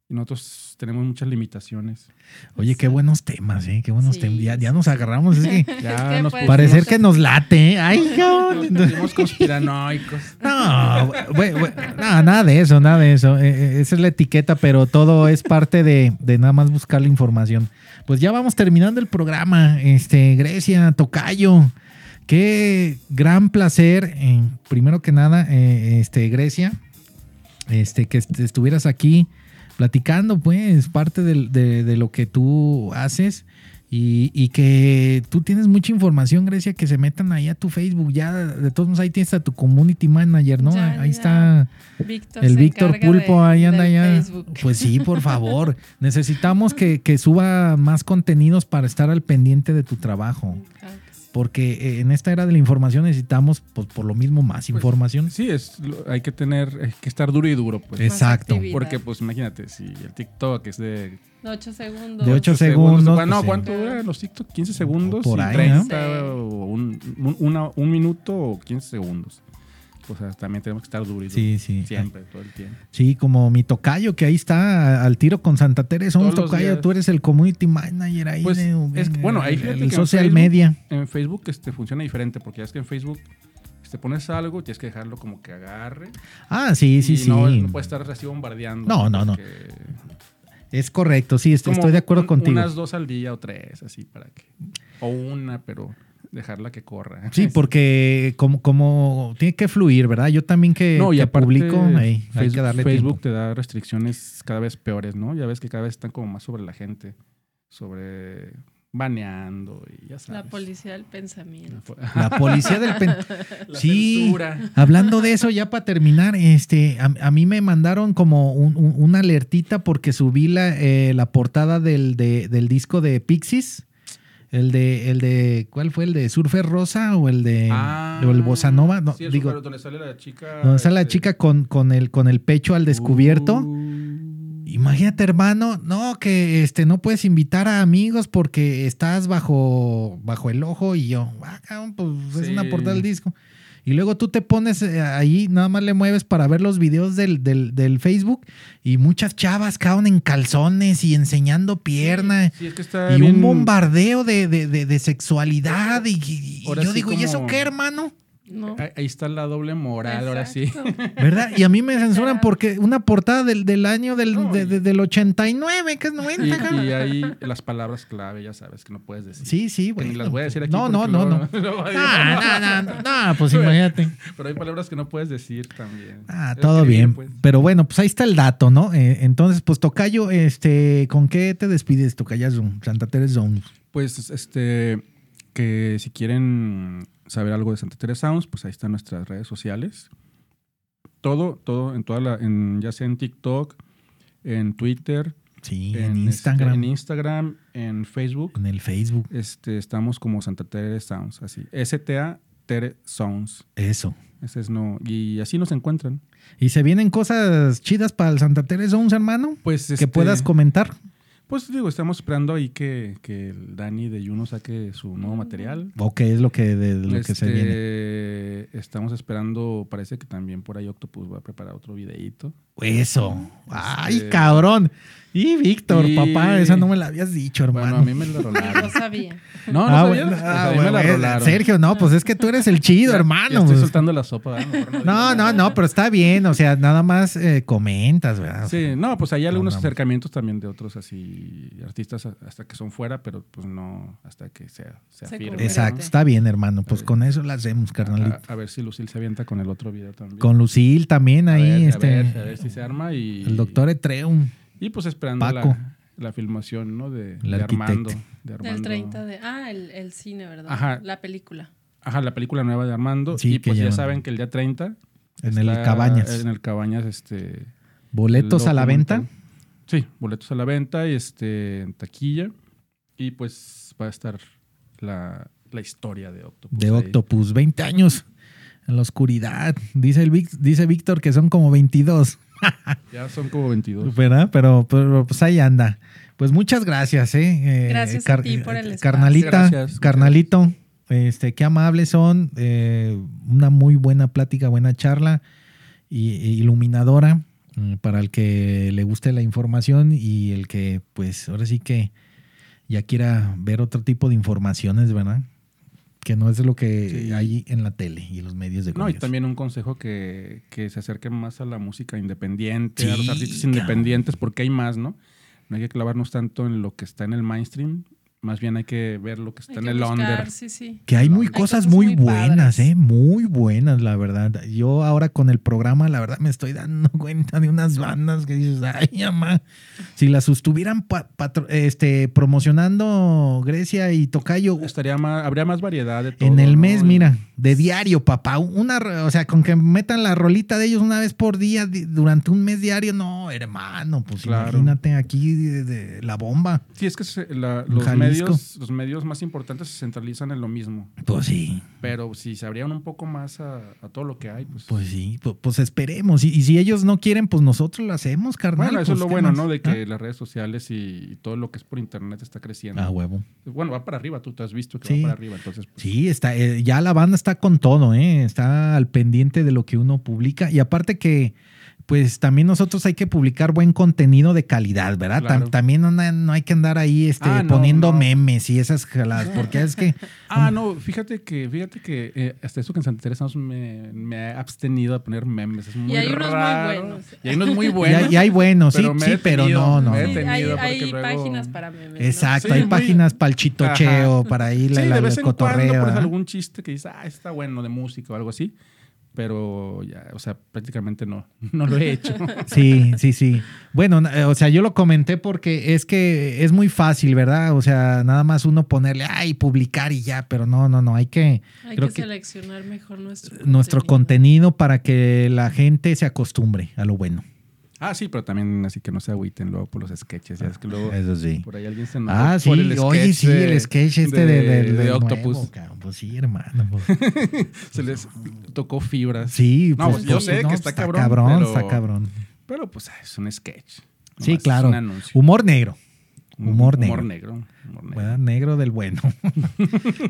Speaker 5: y nosotros tenemos muchas limitaciones.
Speaker 4: Oye, qué buenos temas, ¿eh? Qué buenos
Speaker 6: Sí.
Speaker 4: temas. Ya, ya nos agarramos. es que pues,
Speaker 5: Ya
Speaker 6: que
Speaker 5: nos
Speaker 6: puede
Speaker 4: parecer que nos late, ¿eh? Ay,
Speaker 5: Nos
Speaker 4: cabrón.
Speaker 5: pusimos conspiranoicos.
Speaker 4: No, güey, güey, no, nada de eso, nada de eso. Eh, eh, esa es la etiqueta, pero todo es parte de, de nada más buscar la información. Pues ya vamos terminando el programa. Este, Grecia, Tocayo. Qué gran placer, eh, primero que nada, eh, este, Grecia, este, que est- estuvieras aquí platicando, pues, parte del- de, de lo que tú haces. Y, y que tú tienes mucha información, Grecia, que se metan ahí a tu Facebook. Ya, de todos modos, ahí tienes a tu community manager, ¿no?
Speaker 6: Ya,
Speaker 4: ahí
Speaker 6: ya.
Speaker 4: está
Speaker 6: Víctor
Speaker 4: el
Speaker 6: se
Speaker 4: Víctor
Speaker 6: encarga
Speaker 4: Pulpo
Speaker 6: de-
Speaker 4: ahí anda
Speaker 6: del
Speaker 4: ya.
Speaker 6: Facebook.
Speaker 4: Pues sí, por favor. Necesitamos que, que suba más contenidos para estar al pendiente de tu trabajo.
Speaker 6: Claro que sí.
Speaker 4: Porque eh, en esta era de la información necesitamos, pues por lo mismo, más información.
Speaker 5: Sí, es, lo- hay que tener, hay que estar duro y duro, pues.
Speaker 4: Es- Exacto.
Speaker 6: actividad.
Speaker 5: Porque, pues, imagínate, si el TikTok es de
Speaker 6: De 8 segundos.
Speaker 4: De ocho
Speaker 5: ocho
Speaker 4: segundos,
Speaker 5: bueno,
Speaker 4: pues,
Speaker 5: no, ¿cuánto
Speaker 6: sí.
Speaker 5: duran los TikTok? 15 segundos
Speaker 4: Por
Speaker 5: y
Speaker 4: ahí,
Speaker 5: 30
Speaker 6: ¿no?
Speaker 5: o un, un- una- un minuto o 15 segundos. O sea, también tenemos que estar duro y duro.
Speaker 4: Sí, sí.
Speaker 5: Siempre, todo el tiempo.
Speaker 4: Sí, como mi tocayo, que ahí está a- al tiro con Santa Teresa. Somos
Speaker 5: Todos los
Speaker 4: tocayo,
Speaker 5: días.
Speaker 4: tú eres el community manager ahí.
Speaker 5: Pues,
Speaker 4: de-
Speaker 5: es que, bueno, ahí
Speaker 4: el-
Speaker 5: fíjate
Speaker 4: el
Speaker 5: que en
Speaker 4: social
Speaker 5: Facebook-
Speaker 4: media.
Speaker 5: en Facebook este, funciona diferente, porque ya es que en Facebook te pones algo, tienes que dejarlo como que agarre.
Speaker 4: Ah, sí, sí,
Speaker 5: y
Speaker 4: sí.
Speaker 5: No, pues, no puedes estar así bombardeando.
Speaker 4: No, no, no.
Speaker 5: porque
Speaker 4: Es correcto, sí, est-
Speaker 5: como
Speaker 4: estoy de acuerdo
Speaker 5: un-
Speaker 4: contigo.
Speaker 5: Unas dos al día o tres, así para que. O una, pero dejarla que corra.
Speaker 4: Sí, porque como, como tiene que fluir, ¿verdad? Yo también que,
Speaker 5: No, y
Speaker 4: que
Speaker 5: aparte,
Speaker 4: publico, ahí, hay
Speaker 5: Facebook,
Speaker 4: que darle
Speaker 5: Facebook
Speaker 4: tiempo.
Speaker 5: te da restricciones cada vez peores, ¿no? Ya ves que cada vez están como más sobre la gente, sobre baneando y ya sabes.
Speaker 6: La policía del pensamiento.
Speaker 4: La policía del pen-
Speaker 5: La
Speaker 4: Sí.
Speaker 5: censura.
Speaker 4: Hablando de eso, ya para terminar, este, a, a mí me mandaron como un- un- una alertita porque subí la, eh, la portada del, de- del disco de Pixies. El de, el de, ¿cuál fue? ¿El de Surfer Rosa o el de,
Speaker 5: Ah,
Speaker 4: o Eh, el Bossa Nova? No,
Speaker 5: sí, el
Speaker 4: digo,
Speaker 5: super- donde sale la chica.
Speaker 4: donde sale la
Speaker 5: este,
Speaker 4: chica con, con, el, con el pecho al descubierto.
Speaker 5: Uh,
Speaker 4: Imagínate, hermano, no, que este, no puedes invitar a amigos porque estás bajo, bajo el ojo y yo, ah, cabrón, pues es
Speaker 5: Sí.
Speaker 4: una portada del disco. Y luego tú te pones eh, ahí, nada más le mueves para ver los videos del, del- del Facebook y muchas chavas caen en calzones y enseñando pierna.
Speaker 5: Sí, es que está
Speaker 4: Y un
Speaker 5: bien-
Speaker 4: bombardeo de, de- de- de sexualidad. Y, y- y
Speaker 5: Ahora
Speaker 4: yo
Speaker 5: sí
Speaker 4: digo, ¿y eso
Speaker 5: como-
Speaker 4: qué, hermano?
Speaker 6: No.
Speaker 5: Ahí ahí está la doble moral, ahora sí.
Speaker 6: Exacto.
Speaker 4: ¿Verdad? Y a mí me censuran porque una portada del, del año del, de- de- del 89, que es 90,
Speaker 5: Y,
Speaker 4: cabrón.
Speaker 5: y hay las palabras clave, ya sabes, que no puedes decir.
Speaker 4: Sí, sí,
Speaker 5: Que
Speaker 4: güey.
Speaker 5: Ni las voy a decir aquí.
Speaker 4: No, no,
Speaker 5: porque
Speaker 4: no, no.
Speaker 5: luego- luego digo,
Speaker 4: No, no, no, no, pues imagínate.
Speaker 5: Pero hay palabras que no puedes decir también.
Speaker 4: Ah,
Speaker 5: Es
Speaker 4: todo
Speaker 5: que,
Speaker 4: bien.
Speaker 5: pues,
Speaker 4: Pero bueno, pues ahí está el dato, ¿no? Eh, entonces, pues Tocayo, este, ¿con qué te despides, Tocayazo? Santa Teresa Zone.
Speaker 5: Pues, este, que si quieren saber algo de Santa Teresa Sounds, pues ahí están nuestras redes sociales. Todo, todo, en toda la, en, ya sea en TikTok, en Twitter,
Speaker 4: Sí,
Speaker 5: este,
Speaker 4: en Instagram,
Speaker 5: en Instagram, en Facebook.
Speaker 4: en el Facebook.
Speaker 5: Este, estamos como Santa Teresa Sounds, así. STA Tere Sounds.
Speaker 4: Eso.
Speaker 5: Ese es no. Y así nos encuentran.
Speaker 4: Y se vienen cosas chidas para el Santa Teresa Zone, hermano,
Speaker 5: Pues
Speaker 4: que
Speaker 5: este,
Speaker 4: puedas comentar.
Speaker 5: Pues digo, estamos esperando ahí que, que el Dani de Juno saque su nuevo material.
Speaker 4: O qué es lo que, de, lo que se
Speaker 5: Este,
Speaker 4: viene.
Speaker 5: Estamos esperando, parece que también por ahí Octopus va a preparar otro videíto.
Speaker 4: Eso. Ay,
Speaker 5: Este-
Speaker 4: cabrón. Y Víctor,
Speaker 5: Y-
Speaker 4: papá, esa no me la habías dicho, hermano.
Speaker 5: Bueno, a mí me lo
Speaker 6: No
Speaker 5: rolaron.
Speaker 6: sabía.
Speaker 5: No, no
Speaker 4: Ah,
Speaker 5: sabías?
Speaker 4: bueno,
Speaker 5: Pues
Speaker 4: ah,
Speaker 5: a mí
Speaker 4: bueno,
Speaker 5: me la
Speaker 4: eh,
Speaker 5: rolaron.
Speaker 4: Sergio, no, pues es que tú eres el chido,
Speaker 5: Ya- ya
Speaker 4: hermano.
Speaker 5: estoy
Speaker 4: pues.
Speaker 5: soltando la sopa. ¿verdad? Mejor digo
Speaker 4: No, no,
Speaker 5: nada.
Speaker 4: no, pero está bien, o sea, nada más eh, comentas, ¿verdad? O sea,
Speaker 5: Sí, no, pues hay algunos
Speaker 4: vamos.
Speaker 5: acercamientos también de otros así artistas a- hasta que son fuera, pero pues no hasta que sea, se
Speaker 6: Se
Speaker 5: afirme.
Speaker 4: Exacto,
Speaker 6: Espérate.
Speaker 4: está bien, hermano. Pues
Speaker 5: bien.
Speaker 4: con eso la hacemos,
Speaker 5: A,
Speaker 4: carnalito.
Speaker 5: a ver si Lucil se avienta con el otro video también.
Speaker 4: Con Lucil también
Speaker 5: A
Speaker 4: ahí,
Speaker 5: ver,
Speaker 4: este,
Speaker 5: a, ver, a ver si se arma y
Speaker 4: el doctor Etreum.
Speaker 5: y pues esperando
Speaker 4: Paco.
Speaker 5: la, la filmación, ¿no? De,
Speaker 4: El
Speaker 5: de Armando,
Speaker 4: arquitecto.
Speaker 5: de Armando.
Speaker 6: Del 30 de. Ah, el, el cine, ¿verdad?
Speaker 5: Ajá.
Speaker 6: La película.
Speaker 5: Ajá, la película nueva de Armando.
Speaker 4: Sí,
Speaker 5: y
Speaker 4: que
Speaker 5: pues ya
Speaker 4: ya-
Speaker 5: saben que el día 30.
Speaker 4: En el
Speaker 5: está
Speaker 4: Cabañas.
Speaker 5: En el Cabañas, este.
Speaker 4: Boletos
Speaker 5: el
Speaker 4: a la venta.
Speaker 5: documental. Sí, boletos a la venta y este, en taquilla. Y pues va a estar la, la historia de Octopus.
Speaker 4: de
Speaker 5: Pues ahí.
Speaker 4: Octopus, 20 años en la oscuridad. Dice, el Vic- dice Víctor que son como 22,
Speaker 5: Ya son como 22.
Speaker 4: ¿verdad? Pero, pero, pues ahí anda. Pues muchas gracias, ¿eh? Eh,
Speaker 6: Gracias a ti por el espacio.
Speaker 4: Carnalita,
Speaker 5: Gracias.
Speaker 4: carnalito, este, qué amables son. eh, una muy buena plática, buena charla y, e iluminadora mm, para el que le guste la información y el que, pues, ahora sí que ya quiera ver otro tipo de informaciones, ¿verdad? Que no es lo que
Speaker 5: Sí.
Speaker 4: hay en la tele y los medios de
Speaker 5: No, y
Speaker 4: comunicación.
Speaker 5: también un consejo que, que se acerquen más a la música independiente, a
Speaker 4: Sí,
Speaker 5: los artistas
Speaker 4: cabrón.
Speaker 5: independientes, porque hay más, ¿no? No hay que clavarnos tanto en lo que está en el mainstream, más bien hay que ver lo que está
Speaker 6: Hay
Speaker 5: en
Speaker 6: que
Speaker 5: el
Speaker 6: buscar,
Speaker 5: under.
Speaker 6: Sí, sí.
Speaker 4: Que hay muy
Speaker 6: Hay
Speaker 4: cosas,
Speaker 6: cosas
Speaker 4: muy,
Speaker 6: muy
Speaker 4: buenas,
Speaker 6: padres.
Speaker 4: ¿eh? Muy buenas, la verdad. Yo ahora con el programa, la verdad, me estoy dando cuenta de unas bandas que dices, ay, mamá, si las estuvieran pa- patro- este, promocionando Grecia y Tocayo
Speaker 5: Estaría más, habría más variedad de todo.
Speaker 4: en el
Speaker 5: ¿no?
Speaker 4: mes, mira, de diario, papá, una, ro- o sea, con que metan la rolita de ellos una vez por día di- durante un mes diario, no, hermano, pues
Speaker 5: Claro.
Speaker 4: imagínate aquí de- de la bomba.
Speaker 5: Sí, es que se- la-
Speaker 4: En
Speaker 5: los,
Speaker 4: Jalisco.
Speaker 5: medios, los medios más importantes se centralizan en lo mismo.
Speaker 4: Pues sí.
Speaker 5: Pero si se abrían un poco más a, a todo lo que hay, pues.
Speaker 4: Pues sí, pu- pues, esperemos. Y, y si ellos no quieren, pues nosotros lo hacemos, carnal.
Speaker 5: bueno, eso
Speaker 4: Pues,
Speaker 5: es lo
Speaker 4: ¿qué
Speaker 5: bueno,
Speaker 4: más?
Speaker 5: ¿no? De que las redes sociales y, y todo lo que es por internet está creciendo.
Speaker 4: Ah, ah, huevo.
Speaker 5: Bueno, va para arriba, tú te has visto que
Speaker 4: Sí.
Speaker 5: va para arriba, entonces. pues,
Speaker 4: Sí, está, eh, ya la banda está con todo, ¿eh? Está al pendiente de lo que uno publica. Y aparte que, pues también nosotros hay que publicar buen contenido de calidad, ¿verdad? Tam-
Speaker 5: Claro.
Speaker 4: también no, no hay que andar ahí este,
Speaker 5: Ah, no,
Speaker 4: poniendo
Speaker 5: no.
Speaker 4: memes y esas jaladas, porque es que...
Speaker 5: Ah, no, fíjate que, fíjate que eh, hasta eso que en Santa Teresa nos me, me he abstenido de poner memes. Es muy
Speaker 6: hay unos muy
Speaker 5: raro.
Speaker 6: buenos.
Speaker 5: Y hay unos muy
Speaker 4: y hay-
Speaker 5: buenos.
Speaker 4: y hay bueno, sí,
Speaker 5: pero me he
Speaker 4: sí, pero
Speaker 5: detenido,
Speaker 4: no, no.
Speaker 5: me he
Speaker 4: no.
Speaker 6: Sí, hay
Speaker 5: detenido porque
Speaker 6: hay
Speaker 5: luego-
Speaker 6: páginas para memes. ¿no?
Speaker 4: Exacto,
Speaker 5: Sí,
Speaker 4: hay
Speaker 5: muy-
Speaker 4: páginas para el chitocheo, para ahí la,
Speaker 5: sí,
Speaker 4: la-
Speaker 5: de
Speaker 4: la
Speaker 5: vez en
Speaker 4: cotorreo,
Speaker 5: cuando pones
Speaker 4: ¿verdad?
Speaker 5: algún chiste que dices, ah, está bueno, de música o algo así. Pero ya, o sea, prácticamente no, no lo he hecho.
Speaker 4: Sí, sí, sí. Bueno, na- eh, o sea, yo lo comenté porque es que es muy fácil, ¿verdad? O sea, nada más uno ponerle, ay, publicar y ya, pero no, no, no, hay que
Speaker 6: Hay
Speaker 4: creo
Speaker 6: que,
Speaker 4: que-
Speaker 6: seleccionar mejor nuestro contenido.
Speaker 4: nuestro contenido para que la gente se acostumbre a lo bueno.
Speaker 5: ah, sí, pero también así que no se agüiten luego por los sketches. Ya es que luego
Speaker 4: Eso sí.
Speaker 5: por ahí alguien se enojó
Speaker 4: Ah, sí,
Speaker 5: por el sketch
Speaker 4: oye, sí,
Speaker 5: de-
Speaker 4: el sketch este de, de,
Speaker 5: de
Speaker 4: del
Speaker 5: Octopus.
Speaker 4: nuevo, cabrón. pues sí, hermano. pues.
Speaker 5: Se les tocó fibras.
Speaker 4: Sí,
Speaker 5: No,
Speaker 4: pues,
Speaker 5: yo
Speaker 4: pues,
Speaker 5: sé que
Speaker 4: pues,
Speaker 5: está
Speaker 4: está
Speaker 5: cabrón,
Speaker 4: cabrón,
Speaker 5: pero-
Speaker 4: está cabrón.
Speaker 5: Pero pues ah, es un sketch.
Speaker 4: Sí,
Speaker 5: Nomás
Speaker 4: claro.
Speaker 5: Es un anuncio.
Speaker 4: Humor negro. Humor negro.
Speaker 5: Humor negro. humor negro.
Speaker 4: ¿verdad? Negro del bueno.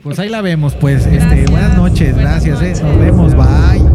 Speaker 4: pues ahí la vemos, pues. Este,
Speaker 6: Gracias.
Speaker 4: buenas noches,
Speaker 6: Buenas
Speaker 4: gracias. eh. Nos
Speaker 6: noches.
Speaker 4: vemos, bye.